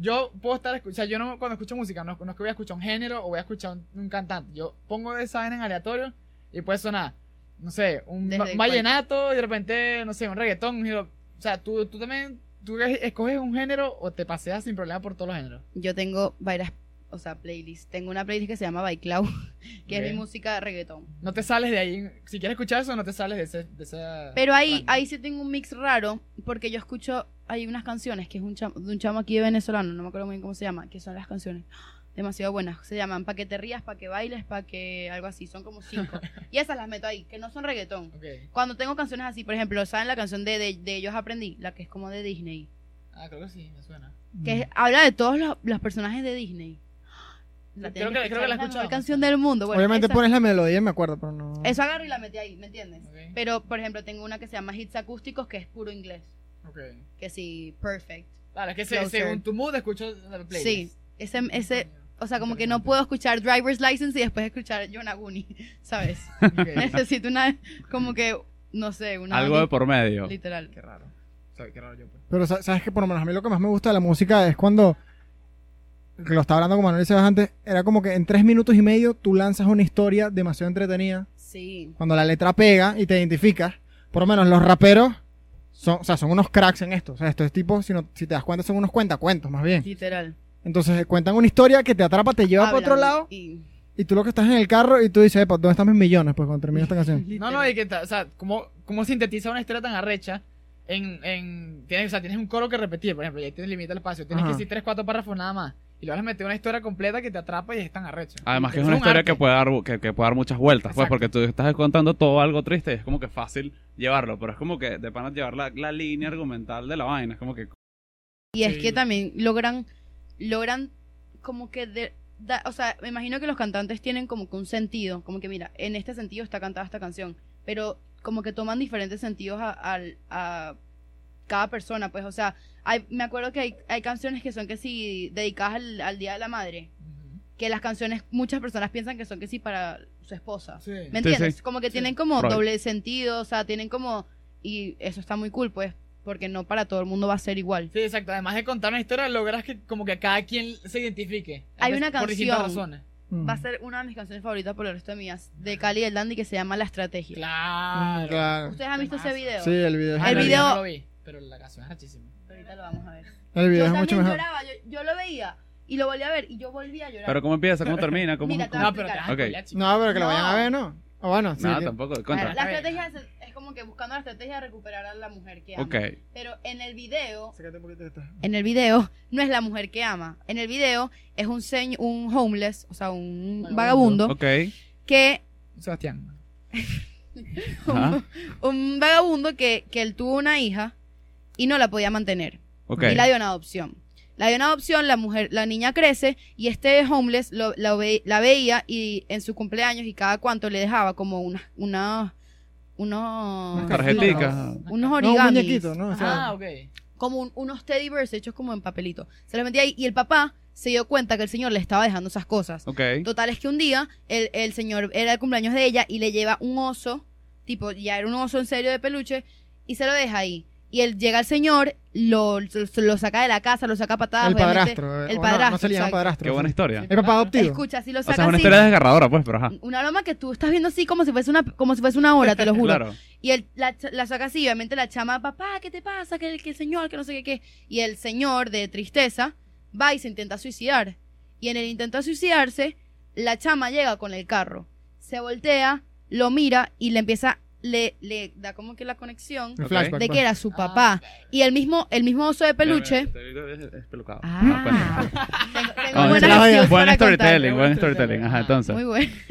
Yo puedo estar. escu- O sea, yo no, cuando escucho música, no, no es que voy a escuchar un género o voy a escuchar un, un cantante. Yo pongo esa vaina en aleatorio y puede sonar, no sé, un
Desde
va-
cuál.
vallenato y de repente, no sé, un reggaetón. un giro- o sea, tú, tú también. Tú escoges un género o te paseas sin problema por todos los géneros.
Yo tengo varias, o sea, playlists. Tengo una playlist que se llama Baiklau, que es
Ok.
mi música de reggaetón.
No te sales de ahí. Si quieres escuchar eso, no te sales de ese. De esa
Pero ahí,
rango.
ahí sí tengo un mix raro, porque yo escucho, hay unas canciones que es un chamo, de un chamo aquí venezolano, no me acuerdo muy bien cómo se llama, que son las canciones demasiado buenas. Se llaman Pa' que te rías, pa' que bailes, pa' que algo así, son como cinco. y esas las meto ahí, que no son reggaetón.
Ok.
Cuando tengo canciones así, por ejemplo, ¿saben la canción de, de, de Ellos Aprendí? La que es como de Disney.
Ah, creo que sí, me suena.
Que
Mm.
es- habla de todos los, los personajes de Disney.
Creo
tienen
que- creo que la
escuchar, es
escuchamos.
mejor canción del mundo. Bueno,
Obviamente
esa-
pones la melodía y me acuerdo, pero no.
Eso agarro y la metí ahí, ¿me entiendes?
Ok.
Pero, por ejemplo, tengo una que se llama Hits Acústicos, que es puro inglés.
Ok.
Que sí, perfect.
Claro, es que se-
Closer.
según tu mood escucho la playlist.
Sí, ese, ese, o sea, como que no
Interesante.
puedo escuchar Driver's License y después escuchar Yonaguni, ¿sabes?
Ok.
Necesito una, como que, no sé, una...
Algo de por medio.
Literal.
Qué raro. O sea, qué raro yo. pues.
Pero sa- sabes que por lo menos a mí lo que más me gusta de la música es cuando que lo estaba hablando con Manuel Sebas antes, era como que en tres minutos y medio tú lanzas una historia demasiado entretenida.
Sí.
Cuando la letra pega y te identificas, por lo menos los raperos son, o sea, son unos cracks en esto. O sea, estos tipos, si, no- si te das cuenta, son unos cuentacuentos más bien.
Literal.
Entonces eh, cuentan una historia que te atrapa, te lleva para otro
Hablan
lado.
y-
Y tú lo que estás en el carro y tú dices, "Epa, ¿dónde están mis millones? Pues cuando termina esta canción.
No, no, y que, ta- o sea, ¿cómo, cómo sintetiza una historia tan arrecha? En, en, tienes, o sea, tienes un coro que repetir, por ejemplo, y ahí te limita el espacio. Tienes
Ajá.
que decir tres, cuatro párrafos nada más. Y le vas a meter una historia completa que te atrapa y es tan arrecha.
Además que es una historia que puede dar que, que puede dar muchas vueltas, pues,
Exacto.
porque tú estás contando todo algo triste y es como que fácil llevarlo, pero es como que de pana llevar la, la línea argumental de la vaina, es como que
Y es
Sí.
que también logran, logran como que, de- da- o sea, me imagino que los cantantes tienen como que un sentido, como que mira, en este sentido está cantada esta canción, pero como que toman diferentes sentidos a, al- a cada persona, pues, o sea, hay- me acuerdo que hay, hay canciones que son que sí dedicadas al, al Día de la Madre, que las canciones muchas personas piensan que son que sí para su esposa.
Sí.
¿Me
Sí,
entiendes?
sí.
Como que
Sí.
tienen como
Right.
doble sentido, o sea, tienen como... Y eso está muy cool, pues, porque no para todo el mundo va a ser igual.
Sí, exacto. Además de contar una historia, logras que como que cada quien se identifique.
Hay
Entonces,
una
Por distintas
canción.
razones.
Mm.
va a ser una de mis canciones favoritas por el resto de mías, de Cali y el Dandy, que se llama La Estrategia.
Claro.
Mm, Claro.
¿Ustedes han visto ese
Temazo.
video?
Sí, el video es
Ah,
El
no,
genial.
yo
video-
no lo vi, pero la canción es muchísima.
Ahorita lo vamos a ver.
El
Yo
video es mucho
también
mejor.
lloraba, yo, yo lo veía Y lo volví a ver y yo volví a llorar.
Pero ¿cómo empieza? ¿Cómo termina? ¿Cómo,
Mira, te
cómo-
voy a
No, pero te
explicar.
vas a
Ok.
spoilear, chico.
No, pero que lo
No.
vayan a ver, ¿no? O bueno, sí.
No,
que-
tampoco. Contra.
Bueno,
La estrategia es, es como que buscando la estrategia de recuperar a la mujer que ama.
Ok.
Pero en el video,
Sácate un poquito de esto.
en el video no es la mujer que ama. En el video es un señ- un homeless, o sea, un
Vagabundo.
vagabundo,
Ok.
que
Sebastián.
Ajá.
un vagabundo que, que él tuvo una hija y no la podía mantener.
Ok.
Y la dio en adopción. La dio en adopción, la mujer, la niña crece y este homeless lo- la, ve- la veía y en su cumpleaños y cada cuanto le dejaba como una, una, unos,
Unas
Tarjetica.
unos
No, un
origamis,
muñequito, ¿no? O sea,
Ah, ok.
como un- unos teddy bears hechos como en papelito. Se los metía ahí y el papá se dio cuenta que el señor le estaba dejando esas cosas.
Ok.
Total es que un día el, el señor era el cumpleaños de ella y le lleva un oso, tipo, ya era un oso en serio de peluche, y se lo deja ahí. Y él llega al señor, lo, lo- lo saca de la casa, lo saca a patadas.
el
Ah, obviamente.
padrastro.
el
eh, o no, No,
padrastro,
se le llama
exacto.
padrastro.
Qué buena historia.
El papá adoptivo.
Escucha, si lo
O sea,
saca
es una
así,
historia desgarradora, pues, pero ajá.
una broma que tú estás viendo así como si fuese una, como si fuese una hora, te lo juro.
Claro.
Y él la, ch- la saca así, obviamente la chama, papá, ¿qué te pasa? Que el, que el señor, que no sé qué, qué. Y el señor, de tristeza, va y se intenta suicidar. Y en el intento de suicidarse, la chama llega con el carro. Se voltea, lo mira y le empieza, le, le da como que la conexión
El
Ok.
flashback.
de
pues.
que era su papá. Y el mismo, el mismo oso de peluche.
Este Es pues pelucado.
Ah, Tengo- tengo
Ah,
buenas
ya.
acciones
Buen
para contar.
storytelling, buen
Buen
storytelling. Ajá,
storytelling.
entonces.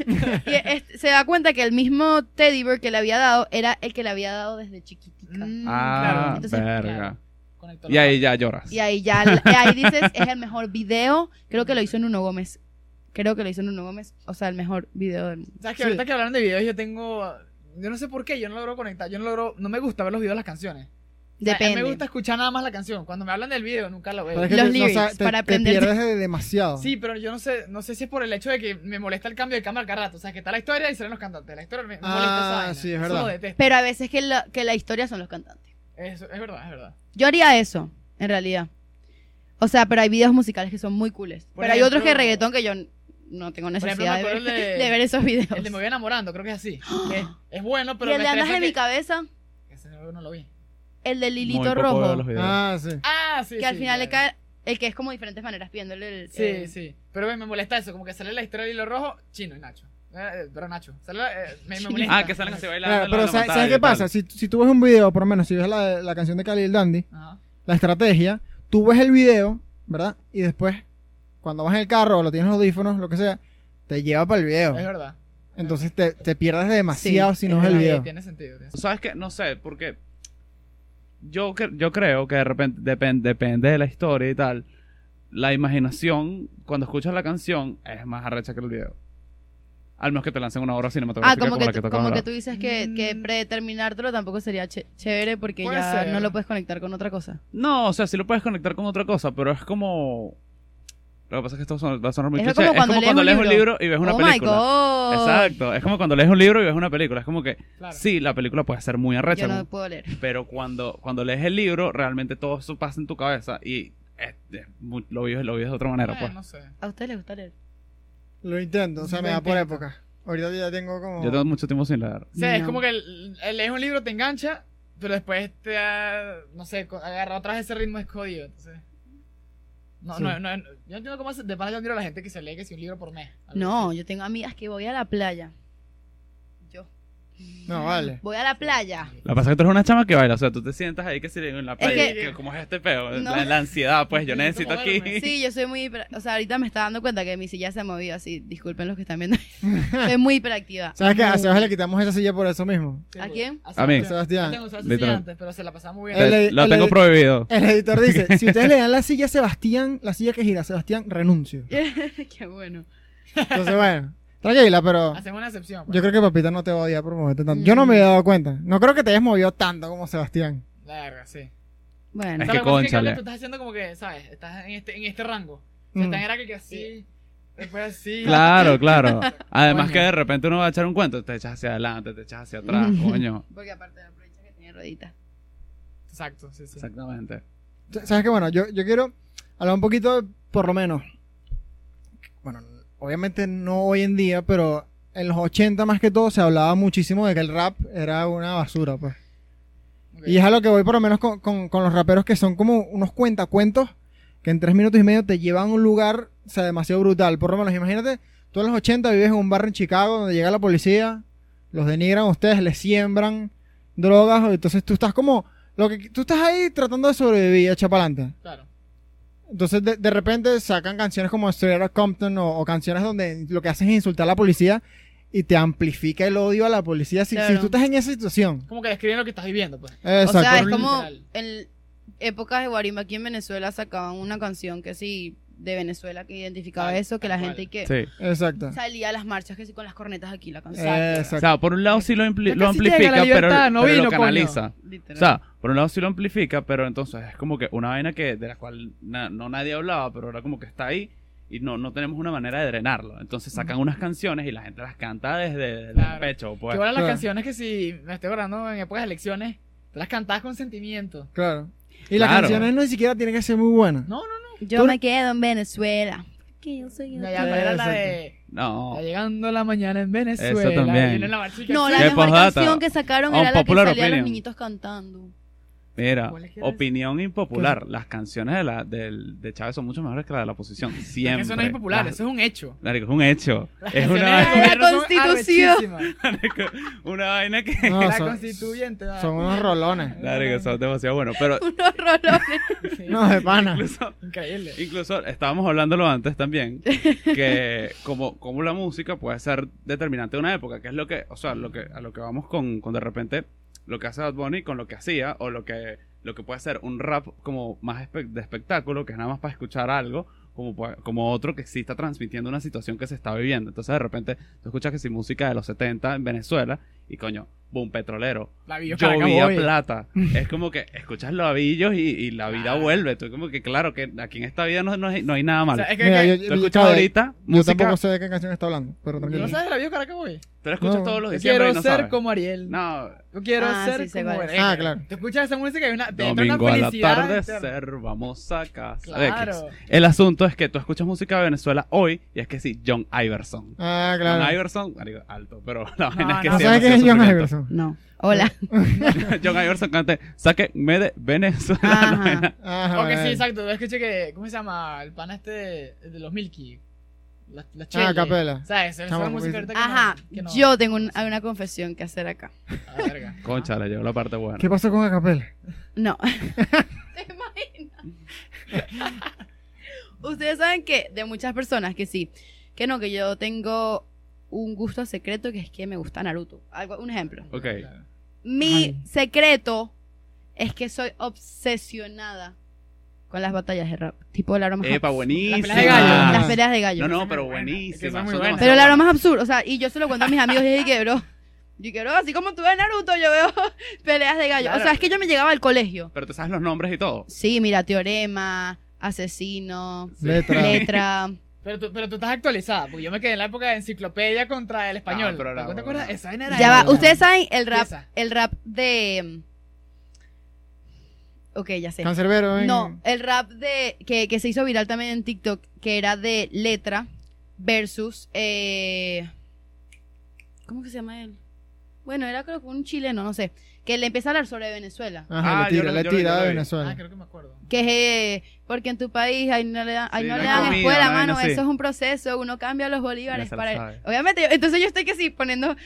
Muy bueno. Y es- se da cuenta que el mismo teddy bear que le había dado era el que le había dado desde chiquitica.
Mm,
Ah,
claro.
Entonces,
verga.
claro. Conectó
Y
los
ahí ya lloras.
Y ahí ya, y ahí dices, es el mejor video. Creo que lo hizo Nuno Gómez. Creo que lo hizo Nuno Gómez. O sea, el mejor video del mundo.
¿Sabes que
Sí.
ahorita que hablaron de videos yo tengo... Yo no sé por qué, yo no logro conectar, yo no logro... No me gusta ver los videos de las canciones. O sea, a mí
Depende.
me gusta escuchar nada más la canción. Cuando me hablan del video nunca lo
Pero
veo.
es que
Los
te- no, o sea,
lyrics,
te-
para
te
aprender-
pierdes de- demasiado.
Sí, pero yo no sé, no sé si es por el hecho de que me molesta el cambio de cámara cada rato. O sea, que está la historia y salen los cantantes. La historia me me molesta esa
Ah,
vaina.
sí, es
Eso
verdad.
lo detesto.
Pero a veces que la, que la historia son los cantantes.
Eso, es verdad, es verdad.
Yo haría eso, en realidad. O sea, pero hay videos musicales que son muy cooles.
Por
pero hay otros
ejemplo-
que reggaetón que yo n- no tengo
ejemplo,
necesidad
me
de, ver,
acuerdo el de-
de ver esos videos.
El de Me voy enamorando, creo que es así. que es, es bueno, pero
y el
me
de Andas
estresa
en mi
que-
cabeza,
Ese no no lo vi.
el de
Muy
Lilito
poco veo los
Rojo,
videos.
Ah, sí.
Ah, sí.
que al
sí,
final le
claro.
cae el que es como diferentes maneras pidiéndole el...
Sí,
el-
sí. Pero ve, me molesta eso, como que sale la historia del hilo rojo, chino y Nacho. Eh, eh, pero Nacho. Sale, eh, me, me
Chino.
molesta.
Ah, que salen así bailando. en la-
Claro,
en
pero
la
¿sabes,
pantalla
sabes
y
qué
tal.
pasa? Si, si tú ves un video, por lo menos, si ves la, la canción de Khalil Dandy,
Ajá.
la estrategia, tú ves el video, ¿verdad? Y después, cuando vas en el carro o lo tienes en los audífonos, lo que sea, te lleva para Ah. el video.
Es verdad.
Entonces te, te pierdes demasiado si no ves el
verdad,
video.
Tiene sentido. tiene sentido.
¿Sabes qué? No sé, porque yo, cre- yo creo que de repente depen- depende de la historia y tal. La imaginación, cuando escuchas la canción, es más arrecha que el video. Al menos que te lancen una obra
Ah,
cinematográfica
como,
como,
que,
la que
tú,
tocamos
como que
ahora.
tú dices que, que
Mm.
predeterminártelo tampoco sería ch- chévere porque
Puede
ya
ser.
no lo puedes conectar con otra cosa.
No, o sea, sí lo puedes conectar con otra cosa, pero es como... Lo que pasa es que esto son- va a sonar muy
Es
cliché.
como
es como
cuando
cuando
lees
lees
un
un
libro.
libro y ves una
oh my
película.
god.
Exacto. Es como cuando lees un libro y ves una película. Es como que,
Claro.
sí, la película puede ser muy arrecha.
Yo no
como-
puedo leer.
Pero cuando, cuando lees el libro, realmente todo eso pasa en tu cabeza y es- es mu- lo, vives, lo vives de otra manera,
Eh,
pues.
No sé.
¿A usted le gusta leer?
Lo intento, o sea, me
Lo
da por
intento.
época. Ahorita ya tengo como...
Yo tengo mucho tiempo sin leer.
O sea, es
No.
como que el- el- lees un libro, te engancha, pero después te ha, no sé, co- agarrar otra vez ese ritmo es jodido. Entonces, no,
Sí.
no, no, no, yo no entiendo cómo hace, de pana yo admiro a la gente que se lee que si un libro por mes. algo
No,
así.
yo tengo amigas que voy a la playa. Yo.
No, vale.
Voy a la playa.
La pasa que tú eres una chama que baila, o sea, tú te sientas ahí que si en la
que-
playa, que ¿cómo es este peo?
No.
La, la ansiedad, pues yo necesito
Como
aquí.
verme.
Sí, yo soy muy hiper- O sea, ahorita me está dando cuenta que mi silla se ha movido así. Disculpen los que están viendo. soy muy hiperactiva.
¿Sabes qué? A
Muy.
Sebastián le quitamos esa silla por eso mismo.
Sí,
¿A
pues,
quién?
así
A mí.
no sé. Yo
Sebastián.
tengo esa silla
Literal.
antes, pero se la pasaba muy bien.
El-
Te- lo
el-
tengo prohibido.
El editor dice, si ustedes le dan la silla a Sebastián, la silla que gira, Sebastián, renuncio.
Qué bueno.
Entonces, bueno, tranquila, pero
Hacemos una excepción. pues.
yo creo que papita no te va a odiar por moverte tanto. Yo no me había dado cuenta. No creo que te hayas movido tanto como Sebastián.
La verga, sí.
Bueno.
Es
O sea,
que
lo pasa
cónchale.
Gabriel, tú estás haciendo como que, ¿sabes? Estás en este, en este rango. O sea,
Mm.
tan era que, que así, después así.
Claro, claro. Además
Coño.
que de repente uno va a echar un cuento, te echas hacia adelante, te echas hacia atrás,
Ujú.
coño.
Porque aparte de aprovechar que tiene rueditas.
Exacto, sí, sí.
Exactamente.
¿Sabes qué? Bueno, yo, yo quiero hablar un poquito, por lo menos. Bueno, obviamente no hoy en día, pero en los 80 más que todo se hablaba muchísimo de que el rap era una basura, pues.
Ok.
Y es a lo que voy por lo menos con, con- con los raperos que son como unos cuentacuentos que en tres minutos y medio te llevan a un lugar, o sea, demasiado brutal. Por lo menos, imagínate, tú en los 80 vives en un barrio en Chicago donde llega la policía, los denigran a ustedes, les siembran drogas, entonces tú estás como, lo que tú estás ahí tratando de sobrevivir, echa pa'lante.
Claro.
Entonces, de, de repente sacan canciones como Straight Outta Compton o, o canciones donde lo que hacen es insultar a la policía y te amplifica el odio a la policía si, si
Claro.
tú estás en esa situación.
Como que describen lo que estás viviendo, pues.
Exacto.
O sea, es
Literal.
como en épocas de Guarimba aquí en Venezuela sacaban una canción que sí, de Venezuela que identificaba
Tal-
eso, que la
tal
gente
cual.
que
Sí.
Exacto.
salía a las marchas que sí con las cornetas aquí la canción.
Exacto.
O sea, por un lado sí lo, ampli-
Ya
lo
casi llega
amplifica,
la
pero,
libertad, no
pero
vino,
lo
coño.
canaliza. O
Literal.
sea, por un lado sí lo amplifica, pero entonces es como que una vaina que de la cual na- no nadie hablaba, pero ahora como que está ahí y no, no tenemos una manera de drenarlo. Entonces sacan unas canciones y la gente las canta desde
Claro.
el pecho,
Que
pues.
ahora las
claro.
canciones que si me estoy acordando en épocas de elecciones, te las cantabas con sentimiento.
Claro. Y las
Claro.
canciones no ni siquiera tienen que ser muy buenas.
No, no, no.
yo
tú-
me quedo en Venezuela. Que yo soy
Ya,
otra.
ya,
Claro,
era la
exacto.
de.
No.
"Está llegando la mañana en Venezuela.
Eso también.
y viene la marchica,
No, la
sí.
¿Qué
mejor
postdata?
canción que sacaron
Ah,
era la que
Popular
salía a
Opinion.
los niñitos cantando.
Mira,
¿Cuál es que era
opinión impopular. Las canciones de, la, del- de Chávez son mucho mejores que las de la oposición. Siempre.
Eso no es impopular,
Las-
eso es un hecho.
marico, es un hecho.
Las
Es
canciones
una,
del
La
vaina-
gobierno son
Constitución.
arrechísimas.
una vaina que...
No,
La
son,
constituyente. va.
son unos rolones.
Marico, son demasiado buenos. Pero
Unos rolones.
Sí,
No, de pana.
incluso
Increíble.
Incluso estábamos hablándolo antes también, que como, como la música puede ser determinante de una época, que es lo que, o sea, lo que, a lo que vamos con, con de repente lo que hace Bad Bunny con lo que hacía, o lo que, lo que puede ser un rap como más espe- de espectáculo, que es nada más para escuchar algo, como, pu- como otro que sí está transmitiendo una situación que se está viviendo. Entonces de repente tú escuchas que si música de los 70 en Venezuela, y coño, boom, petrolero,
La vi yo
llovía
Caracaboy.
plata. Es como que escuchas los avillos y, y la vida
Claro.
vuelve. Tú como que, claro, que aquí en esta vida no, no, hay, no hay nada
O
malo.
sea, es que,
Mira,
que-
yo,
tú
yo-
escuchas
sabe,
ahorita
yo
música,
tampoco sé de qué canción está hablando, pero
¿tú
tranquilo.
¿No sabes de la vieja Caracaboy?
tú la escuchas
No.
todos los
Yo
diciembre
quiero
y no
ser
sabes.
como Ariel.
No,
Yo quiero
Ah,
ser
sí, sé
como
cuál es.
Ariel.
Ah, claro.
Te escuchas esa música y hay una, te entra
domingo
una
a la
felicidad.
tarde
interna.
ser, vamos a casa.
Claro.
El asunto es que tú escuchas música de Venezuela hoy y es que sí, John Iverson.
Ah,
John
claro.
Iverson, marico, alto, pero la vaina es que
¿No
sí,
sabes quién
demasiado
es John
sufrimiento.
Iverson?
No. Hola.
John Iverson cante, sáquenme de Venezuela.
Ajá.
Ajá,
Ok,
bueno.
sí, exacto. Yo escuché que. ¿Cómo se llama? El pana este el de los Milky. La, la
Ah,
Chelle.
capela.
¿Sabes? Esa es
Chamo,
la música
pues-
ahorita que
Ajá.
no- que no-
Yo tengo un- una confesión que hacer acá.
Ah, verga.
Concha, le llegó la parte buena.
¿Qué pasó con Acapela?
No. ¿Te imaginas? Ustedes saben que de muchas personas que sí, que no, que yo tengo un gusto secreto que es que me gusta Naruto. Algo, un ejemplo.
Ok.
Claro.
Mi
Ay.
secreto es que soy obsesionada con las batallas de rap. Tipo la broma.
Epa, buenísima.
Las peleas de gallo.
Ah.
Las peleas de gallo.
No, no,
muy
pero
buena. Es que
buenísima.
esa es muy
son
buena.
Pero
demasiado
la broma es absurda, o sea, y yo se lo cuento a mis amigos y dije que, bro, yo quiero, así como tú ves Naruto, yo veo peleas de gallo. O sea,
Claro.
es que yo me llegaba al colegio.
buenas. Pero te sabes los nombres y todo.
Sí, mira, teorema, asesino,
Letra.
letra.
Pero tú, pero tú estás actualizada, porque yo me quedé en la época de enciclopedia contra el español.
Ah, pero
¿Te
la-
acuerdas- te acuerdas? Esa vaina era
ya va,
épica.
ustedes saben el rap,
Esa.
el rap de... Ok, ya sé.
Cancerbero, ¿eh?
No, el rap de que, que se hizo viral también en TikTok, que era de letra versus... eh, ¿Cómo que se llama él? Bueno, era creo que un chileno, no sé, que le empieza a hablar sobre Venezuela.
Ajá,
Ah,
le
yo
tira,
lo-
le
yo lo- yo
tira
lo
de
vi.
Ah,
Venezuela.
creo que me acuerdo.
Que es, eh, porque en tu país ahí no le dan, ahí
Sí,
no
no
le
hay
dan
comida,
escuela,
no hay
mano,
nada así.
eso es un proceso, uno cambia los bolívares
Ya se la
para...
sabe.
Obviamente, yo- entonces yo estoy que sí, poniendo...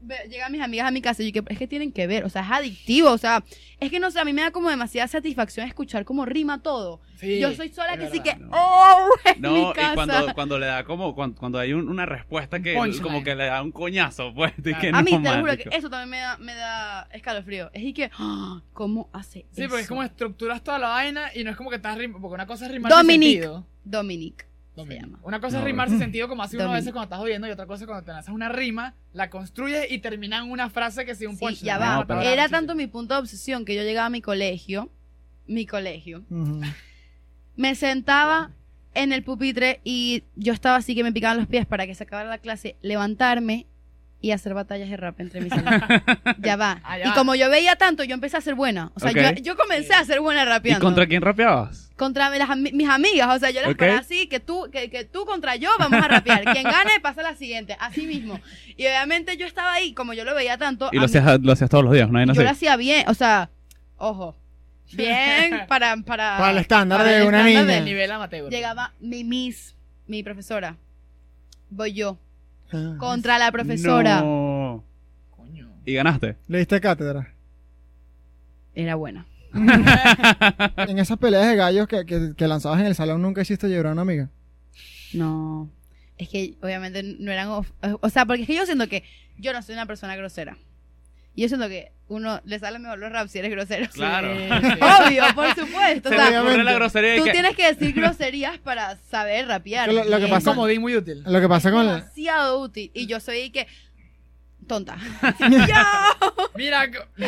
ve- Llegan mis amigas a mi casa y yo que es que tienen que ver, o sea, es adictivo, o sea, es que no sé, a mí me da como demasiada satisfacción escuchar cómo rima todo.
Sí,
yo soy sola
es
que sí que,
verdad.
no.
oh, en
No,
mi
y
casa.
cuando, cuando le da como, cuando, cuando hay un- una respuesta que
Punchline.
como que le da un coñazo, pues. y que
Claro.
a mí,
no,
te lo juro que
marico.
eso también me da, me da escalofrío. Es y que, ah, ¿cómo hace
Sí, porque es
eso?
como estructuras toda la vaina y no es como que estás rimando. Porque una cosa es rimar
Dominic.
sin sentido.
Dominic.
Dominic.
llama.
Una cosa
No,
es rimar sin sentido como hace uno a
Dominic.
veces cuando estás jodiendo y otra cosa es cuando te lanzas una rima, la construyes y termina en una frase que sea un
Sí,
punchline.
ya
No,
va.
pero-
Era tanto mi punto de obsesión que yo llegaba a mi colegio, mi colegio,
Ujú.
me sentaba en el pupitre y yo estaba así que me picaban los pies para que se acabara la clase, levantarme y hacer batallas de rap entre mis amigos. ya va.
Ah, ya
y
va.
como yo veía tanto, yo empecé a ser buena. O sea,
Ok.
yo, yo comencé a ser buena
¿Y
rapeando.
contra quién rapeabas?
Contra las ami- mis amigas, o sea, yo las
Ok.
paraba así, que tú, que, que tú contra yo vamos a rapear. Quien gane pasa a la siguiente, así mismo. Y obviamente yo estaba ahí, como yo lo veía tanto,
Y
a
lo
mí-
hacías, lo hacías todos los días, ¿no? Hay
yo
así.
lo hacía bien, o sea, ojo, Bien, para, para,
Para el estándar
Ah, para
de
el
una
estándar
niña.
El nivel amateur.
Llegaba mi miss, mi profesora. Voy yo.
Ah.
Contra la profesora.
No.
Coño.
Y ganaste.
Le diste cátedra.
Era buena.
En esas peleas de gallos que, que- que lanzabas en el salón, nunca hiciste llorar a una amiga.
No. Es que obviamente no eran... of- O sea, porque es que yo siento que yo no soy una persona grosera. Y yo siento que uno le sale mejor los raps si eres grosero.
Claro.
Sí, sí.
Obvio, por supuesto.
Se
o sea,
te ocurre la
obviamente.
grosería y
tú
que-
tienes que decir groserías para saber rapear.
Que lo- lo que
Es
Y es
pasa-
como muy útil.
Lo que pasa con la-
demasiado útil. Y yo soy que... Tonta. yo.
Mira, co-
lo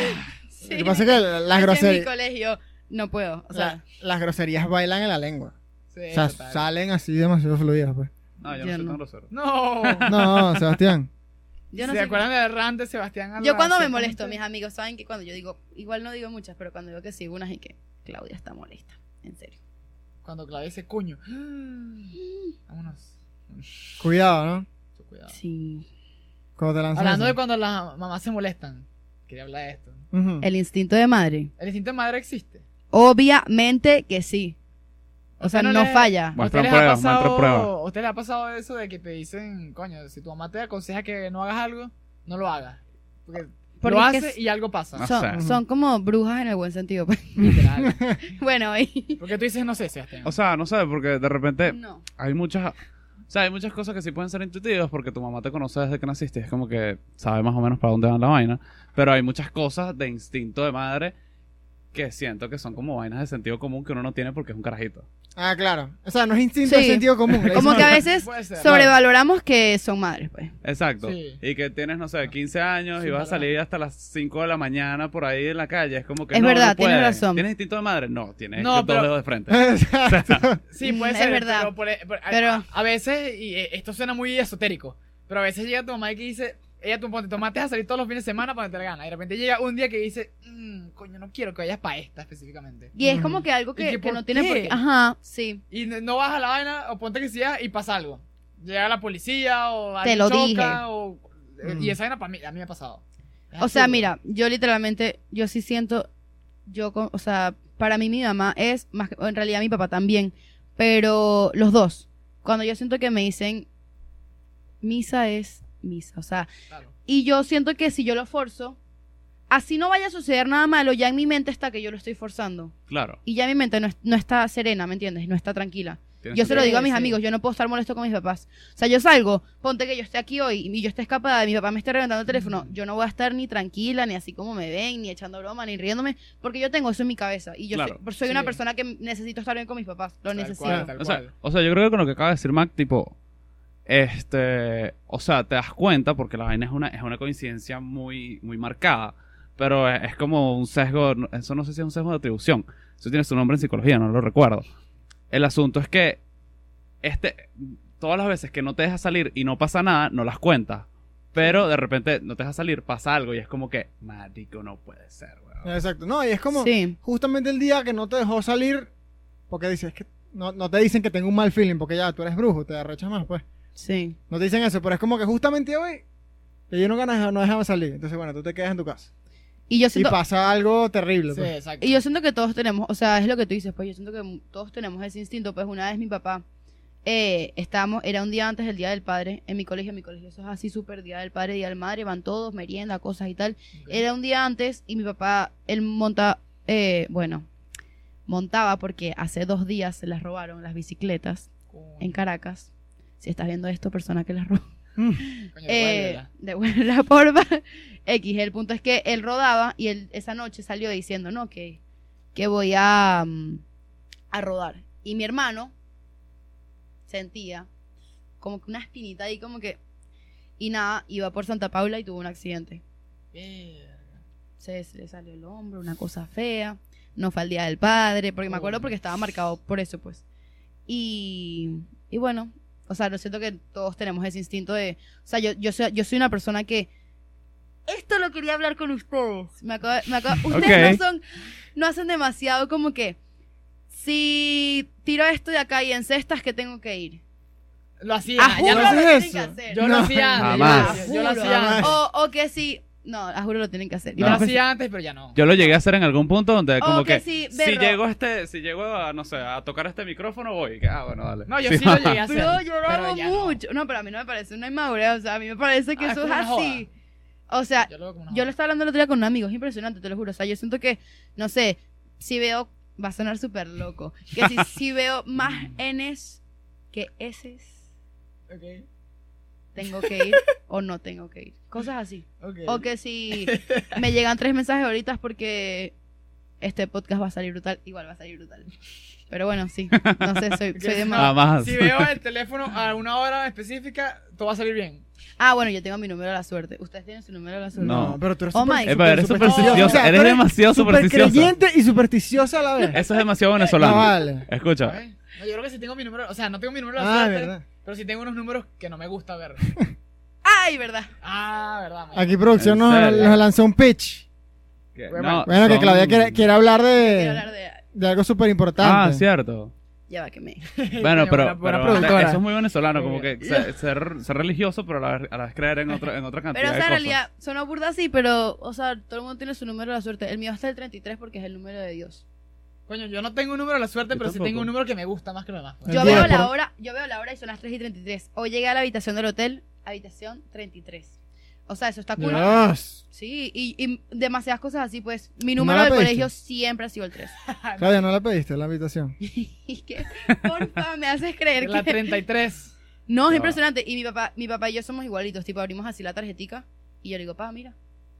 Sí.
que pasa es que las
Es que en mi
groserías,
colegio no puedo. O sea,
la- las groserías bailan en la lengua.
Sí,
o sea,
total.
salen así demasiado fluidas, pues.
No, yo no
Ya
soy
no.
tan grosero.
No.
No, Sebastián.
yo no
¿Se
sé-
acuerdan de Rand de Sebastián Alba?
Yo cuando me
Sí,
molesto, mis
gente.
amigos saben que cuando yo digo, igual no digo muchas, pero cuando digo que sí, unas y que Claudia está molesta. En serio.
Cuando clavé ese coño. Vámonos.
Cuidado, ¿no?
Mucho cuidado.
Sí.
Cuando te lanzas.
Hablando de
así.
cuando las mamás se molestan. Quería hablar de esto.
Ujú.
El instinto de madre.
El instinto de madre existe.
Obviamente que sí. O sea, no
le-
falla.
Muestra
¿Ustedes les ha
pruebas, muestra
pasado-
pruebas.
¿Ustedes les ha pasado eso de que te dicen, coño, si tu mamá te aconseja que no hagas algo, no lo hagas? Porque,
Porque
lo
es que
hace y algo pasa.
No
Son,
sé.
son como brujas en el buen sentido. pues.
Literal.
bueno, y...
Porque tú dices, no sé, Sebastián.
O sea, no sabes, porque de repente
No.
hay muchas. O sea, hay muchas cosas que sí pueden ser intuitivas porque tu mamá te conoce desde que naciste. Es como que sabe más o menos para dónde va la vaina. Pero hay muchas cosas de instinto de madre que siento que son como vainas de sentido común que uno no tiene porque es un carajito.
Ah, claro. O sea, no es instinto, es
Sí.
sentido común. le
Como
dicen.
que a veces
Puede ser.
sobrevaloramos que son madres, pues.
Exacto.
Sí.
Y que tienes, no sé, 15 años
Sí,
y vas a
verdad.
salir hasta las 5 de la mañana por ahí en la calle. Es como que
Es
no,
verdad,
no
tienes
puedes.
razón.
¿Tienes instinto de madre? No, tienes
No,
dos
pero-
dedos de frente.
Exacto.
Sí, puede
Mm,
ser.
es verdad.
Pero, por- por- a-
Pero-
A, a veces, y eh, esto suena muy esotérico, pero a veces llega tu mamá y que dice, ella tú ponte tomates a salir todos los fines de semana para que te la gana. Y de repente llega un día que dice, "Mm, coño, no quiero que vayas para esta específicamente.
Y es
Ujú.
como que algo
¿Y
que,
que
que
por
no tiene por
qué?
qué. Ajá, sí.
y no- no vas a la vaina o ponte que sí y pasa algo. Llega la policía o
Te
alguien
lo
choca
dije.
o eh,
Mm.
y esa vaina para mí a mí me ha pasado. Es
O sea,
absurdo.
mira, yo literalmente, yo sí siento, yo, con- o sea, para mí mi mamá es, más que- en realidad mi papá también, pero los dos, cuando yo siento que me dicen, misa es misa, o sea,
Claro.
y yo siento que si yo lo forzo, así no vaya a suceder nada malo, ya en mi mente está que yo lo estoy forzando,
Claro.
y ya mi mente no, es- no está serena, ¿me entiendes? No está tranquila.
tienes
Yo se lo
Sí,
digo a mis
sí.
amigos, yo no puedo estar molesto con mis papás. O sea, yo salgo, ponte que yo esté aquí hoy y yo esté escapada y mi papá me esté reventando el teléfono.
Mm.
Yo no voy a estar ni tranquila, ni así como me ven, ni echando broma, ni riéndome, porque yo tengo eso en mi cabeza. Y yo pues,
Claro,
soy, soy
sí.
una persona que necesito estar bien con mis papás. Lo
Tal
necesito.
cual, tal
o sea,
cual.
o sea, yo creo que con lo que acaba de decir Mac, tipo, este, o sea, te das cuenta porque la vaina es una, es una coincidencia muy, muy marcada, pero es, es como un sesgo, no- eso no sé si es un sesgo de atribución, eso tiene su nombre en psicología, no lo recuerdo. El asunto es que este, todas las veces que no te dejas salir y no pasa nada, no las cuentas. Pero de repente no te dejas salir, pasa algo y es como que, marico, no puede ser, weón.
Exacto. No, y es como
Sí,
justamente el día que no te dejó salir, porque dices es que no, no te dicen que tengo un mal feeling, porque ya tú eres brujo, te arrechas más, pues.
sí.
No te dicen eso, pero es como que justamente hoy que yo no ganas, no dejaba salir. Entonces, bueno, tú te quedas en tu casa.
Y yo
Y
siento,
pasa algo terrible.
Sí,
pues.
exacto.
y yo siento que todos tenemos, o sea, es lo que tú dices, pues yo siento que todos tenemos ese instinto. Pues una vez mi papá, eh, estábamos, era un día antes del Día del Padre en mi colegio, en mi colegio, eso es así, súper Día del Padre, Día del Madre, van todos, merienda, cosas y tal. Era un día antes y mi papá, él monta, eh, bueno, montaba porque hace dos días se las robaron las bicicletas
Coño,
en Caracas. Si estás viendo esto, persona que las robó.
coño,
Eh,
devuélvela.
devuélvela, porfa. X, el punto es que él rodaba y él esa noche salió diciendo, no, que, que voy a, mm, a rodar. Y mi hermano sentía como que una espinita ahí, como que... Y nada, iba por Santa Paula y tuvo un accidente
Verga.
se, se le salió el hombro, una cosa fea. No fue al día del padre, porque me acuerdo
Oh.
porque estaba marcado por eso, pues. Y, y bueno, o sea, lo siento que todos tenemos ese instinto de. O sea, yo, yo, soy, yo soy una persona que. Esto lo quería hablar con ustedes. Me acabo- me acabo- ustedes
Ok.
no son. No hacen demasiado como que. Si tiro esto de acá y en cestas, que tengo que ir?
Lo hacía.
A
yo
juro
lo,
no
Ah, lo tienen
haces
que
eso.
hacer.
yo lo
No.
hacía. antes, yo lo
Jamás.
hacía, Yo lo
Juro.
hacía. antes.
O, o que si No, a juro lo tienen que hacer.
Yo lo
No.
hacía antes, pero ya no.
Yo lo llegué a hacer en algún punto donde
O
como
que
que,
sí,
si
berro.
llego a este, si llego a, no sé, a tocar este micrófono voy, que, ah, bueno, dale.
No, yo
Sí,
sí, lo llegué a hacer.
Bro, yo lo
pero
hago
ya no.
mucho. No. pero a mí no me parece una inmadurez. O sea, a mí me parece que
Ah, es
eso es
como una
así. O sea,
Yo lo hago como una
yo lo
joda.
estaba hablando el otro día con un amigo. Es impresionante, te lo juro. O sea, yo siento que, no sé, si veo, va a sonar súper loco. Que si, si veo más Ns que S,
Ok,
tengo que ir o no tengo que ir. Cosas así.
ok.
O que si me llegan tres mensajes ahorita es porque este podcast va a salir brutal. Igual va a salir brutal. Pero bueno, sí. No sé, soy, soy de
Nada
más.
más. Eh,
Si veo el teléfono a una hora específica, todo va a salir bien.
Ah, bueno, yo tengo mi número de la suerte. Ustedes tienen su número de la suerte.
No.
pero tú eres
Oh
súper-
my-
Eh, pero eres
súper
supersticiosa,
O sea,
eres
tú
demasiado
súper
supersticiosa.
creyente y supersticiosa a la vez.
Eso es demasiado
No
venezolano.
vale.
A
Escucha,
ver. No, yo creo que sí tengo mi número, o sea, no tengo mi número de
Ah,
suerte,
verdad.
pero sí tengo unos números que no me gusta ver.
Ay, verdad.
Ah, verdad. marico.
Aquí producción nos,
¿En serio?
nos lanzó un pitch.
Que-
Bueno,
no,
Bueno, que
son-
Claudia quiere, quiere hablar
Quiero
de,
hablar de.
de algo súper importante.
Ah, cierto.
Ya va que me.
Bueno,
Buena-
pero,
buena
pero
productora.
eso es muy venezolano, como que se- ser, ser religioso, pero a la vez, a la vez creer en, otra en otra cantidad
Pero, o sea,
de
en
cosas.
realidad, sonó burda así, pero, o sea, todo el mundo tiene su número de la suerte. El mío está el 33 porque es el número de Dios.
Coño, yo no tengo un número de la suerte,
Yo
pero sí
tampoco.
tengo un número que me gusta más que lo demás. pues.
El
Yo
día
veo
de
la
por-
hora, yo veo la hora y son las 3 y 33. Hoy llegué a la habitación del hotel, habitación 33. O sea, eso está cool.
Dios.
Sí, y, y demasiadas cosas así, pues. Mi
¿No
número
la
del
pediste?
colegio siempre ha sido el 3.
Claudia, Ah, ¿no la pediste en la habitación?
y que, porfa, me haces creer
La
que...
33.
No, es
Ya.
impresionante. Y mi papá, mi papá y yo somos igualitos. Tipo, abrimos así la tarjetica y yo le digo, pa, mira,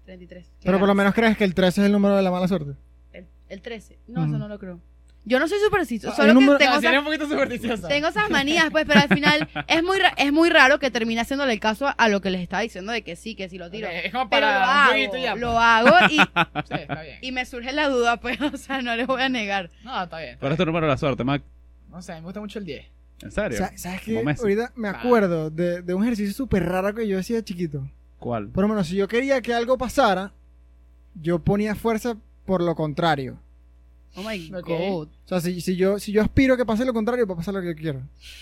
33.
Pero por lo
Gracias.
menos crees que el 13 es el número de la mala suerte.
El, el 13. No,
Ujú.
eso no lo creo. Yo no soy supersticioso,
Ah,
solo
el
que
número-
tengo,
No,
esas,
sería un poquito supersticiosa.
tengo esas manías, pues, pero al final es muy, ra- es muy raro que termine haciéndole el caso a, a lo que les estaba diciendo de que sí, que sí lo tiro.
Ok, Es como
Pero lo
para un jueguito
hago,
y ya.
lo hago y,
pues. Sí, está bien.
y me surge la duda, pues, o sea, no les voy a negar.
No, está bien. está
¿Cuál es tu número de la suerte, Mac?
bien. No sé, me gusta mucho el 10.
¿En serio?
Sa- ¿Sabes qué?
Como Messi.
Ahorita me acuerdo de, de un ejercicio súper raro que yo hacía de chiquito.
¿Cuál?
Por lo menos, si yo quería que algo pasara, yo ponía fuerza por lo contrario.
Oh my
Ok.
god.
O sea, si, si yo, si yo aspiro a que pase lo contrario, va a pasar lo que yo quiero.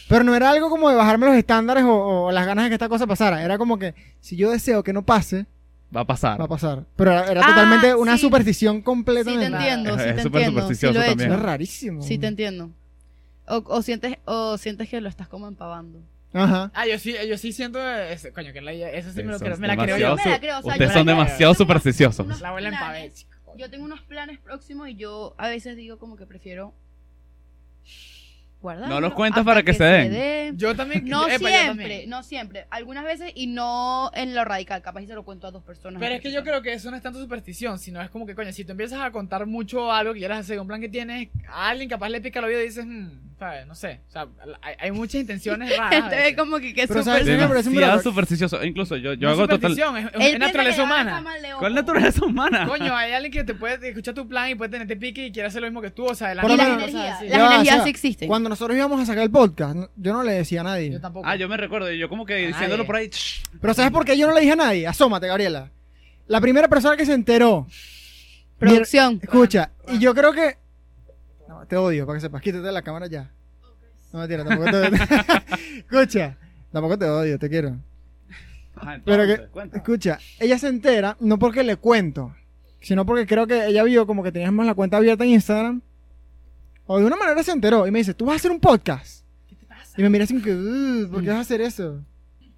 Pero no era algo como de bajarme los estándares o, o las ganas de que esta cosa pasara. Era como que si yo deseo que no pase,
Va a pasar.
va a pasar. Pero era, era
Ah,
totalmente una
sí.
superstición
Sí,
completamente.
te entiendo, sí,
Es
te
súper
entiendo. Sí, lo
supersticioso
he
Era
también.
hecho.
rarísimo.
Sí, te entiendo. O, o sientes, o sientes que lo estás como empavando.
Ajá.
Ah, yo sí, yo sí siento. ese- coño, que la, eso sí me, lo
Son
creo, me la creo
demasiado
yo.
Yo me la creo, o sea,
Ustedes
yo
son
la creo.
demasiado
Yo tengo-
supersticiosos.
La abuela en
Planes.
pavés.
Yo tengo unos planes próximos y yo a veces digo como que prefiero guardar.
No los cuentas para que se den.
Yo también.
No
epa, yo
siempre,
también.
no siempre. Algunas veces y no en lo radical. Capaz y se lo cuento a dos personas.
Pero es que yo creo que eso no es tanto superstición, sino es como que, coño, si tú empiezas a contar mucho algo que ya les hace un plan que tienes, a alguien capaz le pica el oído y dices, hmm, ¿sabes? No sé. O sea, hay, hay muchas intenciones raras. a
Este ve
veces.
como que que
Pero,
súper-
¿sabes? Eso me parece muy
Demasiado
raro.
supersticioso. Incluso yo, yo
No es
hago total...
superstición, es,
Él
es
piensa que
naturaleza
le va a
humana.
dar mal de ojo.
¿Cuál naturaleza humana?
Coño, hay alguien que te puede escuchar tu plan y puede tenerte pique y quiere hacer lo mismo que tú, o sea, de la
Por
Y
lo
nada,
las
menos-
o sea,
energías,
sí.
las
Ya va,
energías
o sea,
sí existen.
Cuando nosotros íbamos a sacar el podcast, no- yo no le decía a nadie.
Yo tampoco.
Ah, yo me recuerdo. y Yo como que
Nadie.
diciéndolo por ahí... "Shh".
Pero ¿sabes por qué yo no le dije a nadie? Asómate, Gabriela. La primera persona que se enteró. Mira,
Producción.
Escucha, y yo creo que. No, te odio, para que sepas. Quítate la cámara ya. No, mentira, tampoco te Escucha, tampoco te odio, te quiero.
Ajá,
Pero que-
entonces, cuenta.
Escucha, ella se entera, no porque le cuento, sino porque creo que ella vio como que teníamos la cuenta abierta en Instagram. O de una manera se enteró y me dice, ¿tú vas a hacer un podcast?
¿Qué te pasa?
Y me mira así como que, "Uh, ¿por qué vas a hacer eso?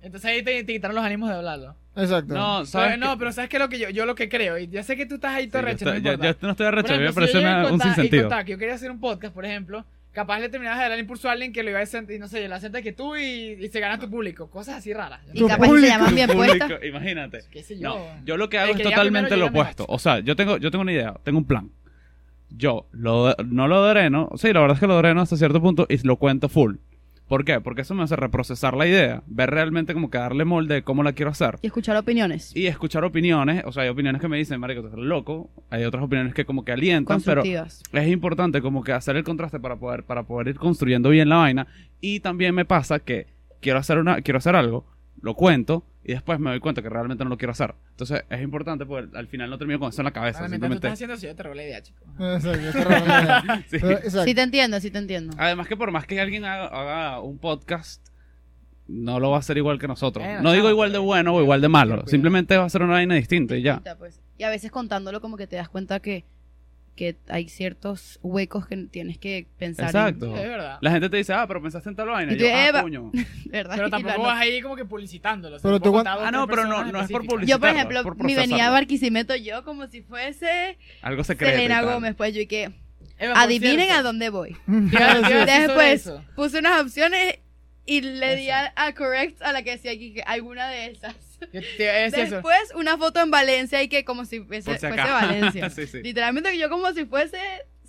Entonces ahí te, te quitaron los ánimos de hablarlo.
Exacto.
No, ¿sabes
Pero, Pues, no,
qué?
pero ¿sabes qué es lo que yo, yo lo que creo? Y ya sé que tú estás ahí todo
Sí, yo
recho,
estoy-
no
yo,
importa.
yo no estoy
Por
arrecho. A mí me
ejemplo,
parece
si yo llego
una-
y
un
contaba- y
sinsentido.
contaba que yo quería hacer un podcast, por ejemplo, capaz le terminabas de dar el impulso a alguien que lo iba a hacer, y no sé, lo hace antes que tú y, y se gana tu público. Cosas así raras.
Y
tu
capaz y se llaman
público,
bien
Tu
puestas.
público, Imagínate.
¿Qué sé yo?
No, yo lo que hago
El
es
que llega
totalmente
primero
lo
llega
opuesto. O sea, yo tengo, yo tengo una idea, tengo un plan. Yo lo, no lo dreno, sí, la verdad es que lo dreno hasta cierto punto y lo cuento full. ¿Por qué? Porque eso me hace reprocesar la idea, ver realmente como que darle molde de cómo la quiero hacer.
Y escuchar opiniones.
Y escuchar opiniones, o sea, hay opiniones que me dicen, marico, tú estás loco, hay otras opiniones que como que alientan, pero
Constructivas.
es importante como que hacer el contraste para poder, para poder ir construyendo bien la vaina. Y también me pasa que quiero hacer, una, quiero hacer algo, lo cuento y después me doy cuenta que realmente no lo quiero hacer. Entonces es importante porque al final no termino con eso en la cabeza.
Ahora, mientras tú
simplemente-
estás haciendo eso, yo te robé la idea, chico.
Exacto, qué raro, ¿no?
Sí.
Pero, eh, exacto.
Sí te entiendo, sí te entiendo.
Además que por más que alguien haga, haga un podcast, no lo va a hacer igual que nosotros.
Bueno,
no digo
chamo,
igual de
pero-
bueno o igual de malo.
cuidado.
Simplemente va a ser una vaina distinta y ya.
distinta, pues. Y a veces contándolo como que te das cuenta que, que hay ciertos huecos que tienes que pensar. en,
Exacto.
Es verdad.
La gente te dice, ah, pero pensaste en tal vaina.
Y
Y
tú, "Eh,
yo, ah,
Eva.
coño.
¿verdad?
Pero
Y la
tampoco
no-
vas ahí como que publicitándolo. o sea,
Pero
tampoco
tú
te hago
Ah,
otra
no, pero no-
persona
no es por
específica.
publici-
Yo, por
visitarlo,
ejemplo,
por
mi venida a
procesarlo.
Barquisimeto yo como si fuese
Algo secreto. y
Selena
tal.
Gómez, pues yo y que
Eva, por
adivinen
cierto,
a pues. dónde voy.
¿qué iba a decir sobre
Después
eso?
puse unas opciones y le di a,
Esa.
a correct a la que decía aquí que alguna de esas.
Yo te- es eso.
Después una foto en Valencia y que como si fuese,
Por si
fuese
acaso.
Valencia.
Sí, sí.
Literalmente yo como si fuese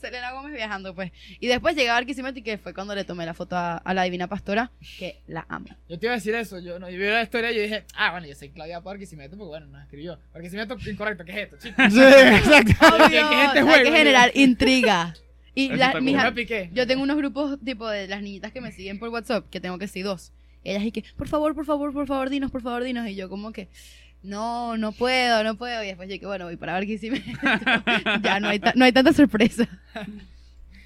Selena Gómez viajando, pues. Y después llegaba Barquisimeto y que fue cuando le tomé la foto a, a la Divina Pastora, que la amo.
Yo te iba a decir eso. Yo, no, yo vi la historia y yo dije, ah, bueno, yo soy Claudia Parque si me meto, porque bueno, no escribió. Porque si me meto, incorrecto, ¿qué es esto, chicos?
Sí, exacto.
Pero
Obvio,
que- que este
hay
juego,
que
¿no?
generar intriga. Y
Eso
la-
está
mis
cool.
Yo
am-
me piqué.
yo tengo unos grupos tipo de las niñitas que me siguen por WhatsApp, que tengo que decir dos. Ellas y que, por favor, por favor, por favor, dinos, por favor, dinos. Y yo como que, no, no puedo, no puedo. Y después yo que, bueno, voy para ver qué hicimos. ya no hay, ta- no hay tanta sorpresa.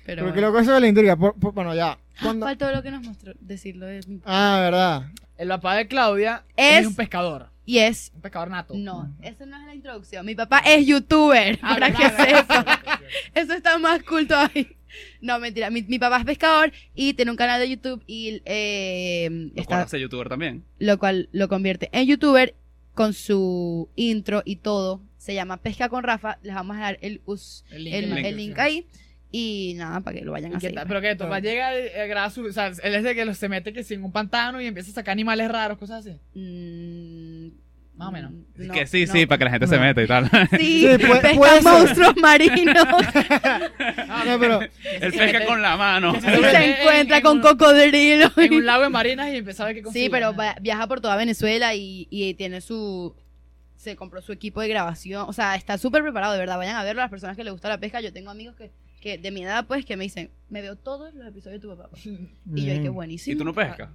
Pero,
Pero qué
bueno.
loco eso de la intriga. Por- por- bueno, ya. Cuando-
faltó lo que nos mostró, decirlo de mi-
Ah, verdad.
El papá de Claudia
Es-
es un pescador.
Y es,
Un pescador nato.
no, esa no es la introducción. Mi papá es youtuber,
Ah,
para
verdad,
que
verdad,
sepa.
verdad.
Eso está más culto ahí. No, mentira. Mi, mi papá es pescador y tiene un canal de YouTube y eh,
Los
está-
cuernos de youtuber también.
lo cual lo convierte en youtuber con su intro y todo. Se llama Pesca con Rafa. Les vamos a dar el, us-
El
el,
en
el
la
link,
descripción.
ahí. Y nada, para que lo vayan
¿Y
a
qué
seguir.
tal? Pero que tu papá llega eh, graba su. O sea, él es de que los- se mete que si en un pantano y empieza a sacar animales raros, cosas así.
Mm,
Más o menos.
no,
que sí,
no.
sí, para que la gente se
No.
meta y tal.
Sí,
Sí, puede-
pesca
puede ser.
monstruos marinos
Ah, No, pero
El pesca con la mano.
Sí,
y
sí. En-
se encuentra
en
con
un-
cocodrilos.
En un lago de marinas y empezaba a ver qué
Sí,
consigue,
pero
¿no?
va- viaja por toda Venezuela y, y tiene su... Se compró su equipo de grabación. O sea, está súper preparado, de verdad. Vayan a verlo. Las personas que les gusta la pesca. Yo tengo amigos que, que de mi edad, pues, que me dicen, me veo todos los episodios de tu papá. Y yo, ay,
Mm.
qué buenísimo. Ah,
Y tú no pescas.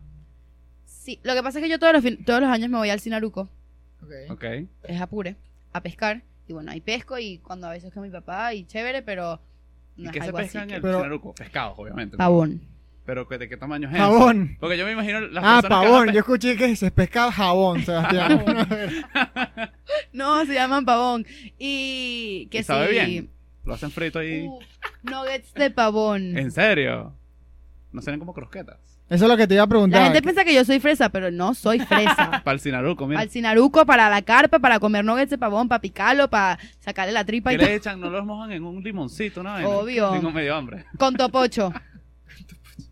Sí, lo que pasa es que yo todos los, fin- todos los años me voy al Sinaruco,
Ok.
Ok.
es Apure, a pescar. Y bueno, ahí pesco y cuando a veces con mi papá y chévere, pero no
¿Y
es
qué se
algo
pesca
así.
en el
que-
Pero-
Sinaruco? Pescados, obviamente.
Pavón.
Pero ¿de qué tamaño es eso?
Jabón.
Porque yo me imagino las
Ah,
personas que van a
pavón. Yo escuché que se pescaba jabón, Sebastián.
No, se llaman pavón. Y que
¿Y sabe
sí,
bien? pe- Lo hacen frito ahí.
uh, nuggets de pavón.
¿En serio? No salen como crosquetas.
Eso es lo que te iba a preguntar.
La gente piensa que yo soy fresa, pero no soy fresa.
Para el Sinaruco, mira.
Al sinaruco, para la carpa, para comer nuggets de pavón, para picarlo, para sacarle la tripa
¿Qué
y todo.
le echan? ¿No los mojan en un limoncito? ¿no?
Obvio.
Tengo medio hambre.
Con topocho.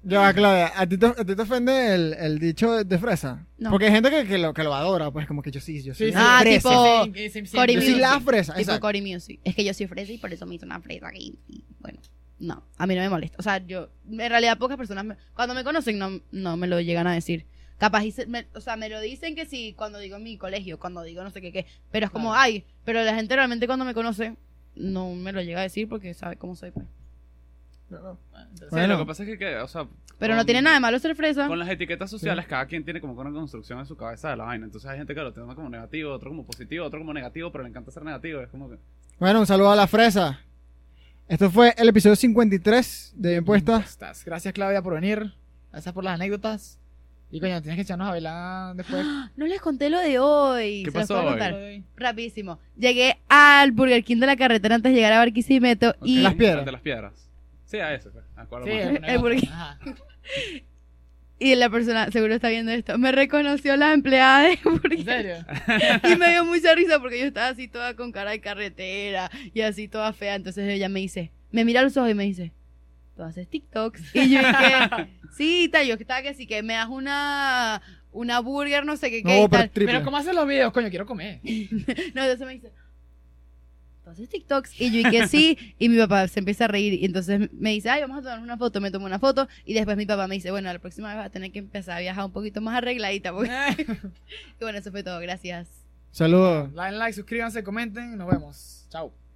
Ya, va, Claudia, ¿a ti te, a ti te ofende el, el dicho de, de fresa?
No.
Porque hay gente que, que lo, que lo adora, pues como que yo sí, yo soy
Sí, sí.
la
Ah,
fresa.
tipo-
Sí, sí, sí,
Cory
Yo
sí.
soy
Music.
la fresa,
tipo
exacto.
Cory Music. Es que yo soy fresa y por eso me hizo una fresa aquí. Y, bueno, no, a mí no me molesta. O sea, yo, en realidad pocas personas, me- cuando me conocen, no, no me lo llegan a decir. Capaz, y se- me- o sea, me lo dicen que sí cuando digo en mi colegio, cuando digo no sé qué, qué. Pero es como,
Claro.
ay, pero la gente realmente cuando me conoce, no me lo llega a decir porque sabe cómo soy. pues.
Entonces,
Sí,
Bueno.
lo que pasa es que, que, o sea...
Pero no
con-
tiene nada de malo ser fresa.
Con las etiquetas sociales, cada quien tiene como que una construcción en su cabeza de la vaina. Entonces hay gente que lo toma como negativo, otro como positivo, otro como negativo, pero le encanta ser negativo. Es como que...
Bueno, un saludo a la fresa. Esto fue el episodio 53 de Bien Puesta.
Estás. Gracias, Claudia, por venir. Gracias por las anécdotas. Y coño, tienes que echarnos a bailar después.
No les conté lo de hoy.
¿Qué
Se los
pasó
puedo
hoy?
contar.
Ay.
Rapidísimo. Llegué al Burger King de la carretera antes de llegar a Barquisimeto y
Las piedras.
al De las piedras. Sí, a eso. pues, A cuál
Sí,
más.
el
El burgués.
Ajá.
Y la persona seguro está viendo esto. Me reconoció la empleada de
¿En
Burger
serio?
y me dio mucha risa porque yo estaba así toda con cara de carretera y así toda fea. Entonces ella me dice, me mira a los ojos y me dice, tú haces TikToks. Y yo dije, sí, tal, yo estaba que sí, que me das una, una burger, no sé qué, qué
No,
y
pero
tal.
triple.
Pero ¿cómo hacen los videos? Coño, quiero comer.
No, entonces me dice, ¿tú haces TikToks? Y yo, ¿y que sí? Y mi papá se empieza a reír. Y entonces me dice, ay, vamos a tomar una foto. Me tomo una foto. Y después mi papá me dice, bueno, la próxima vez vas a tener que empezar a viajar un poquito más arregladita. Porque... y bueno, eso fue todo. Gracias.
Saludos.
Dale like, suscríbanse, comenten y nos vemos. Chao.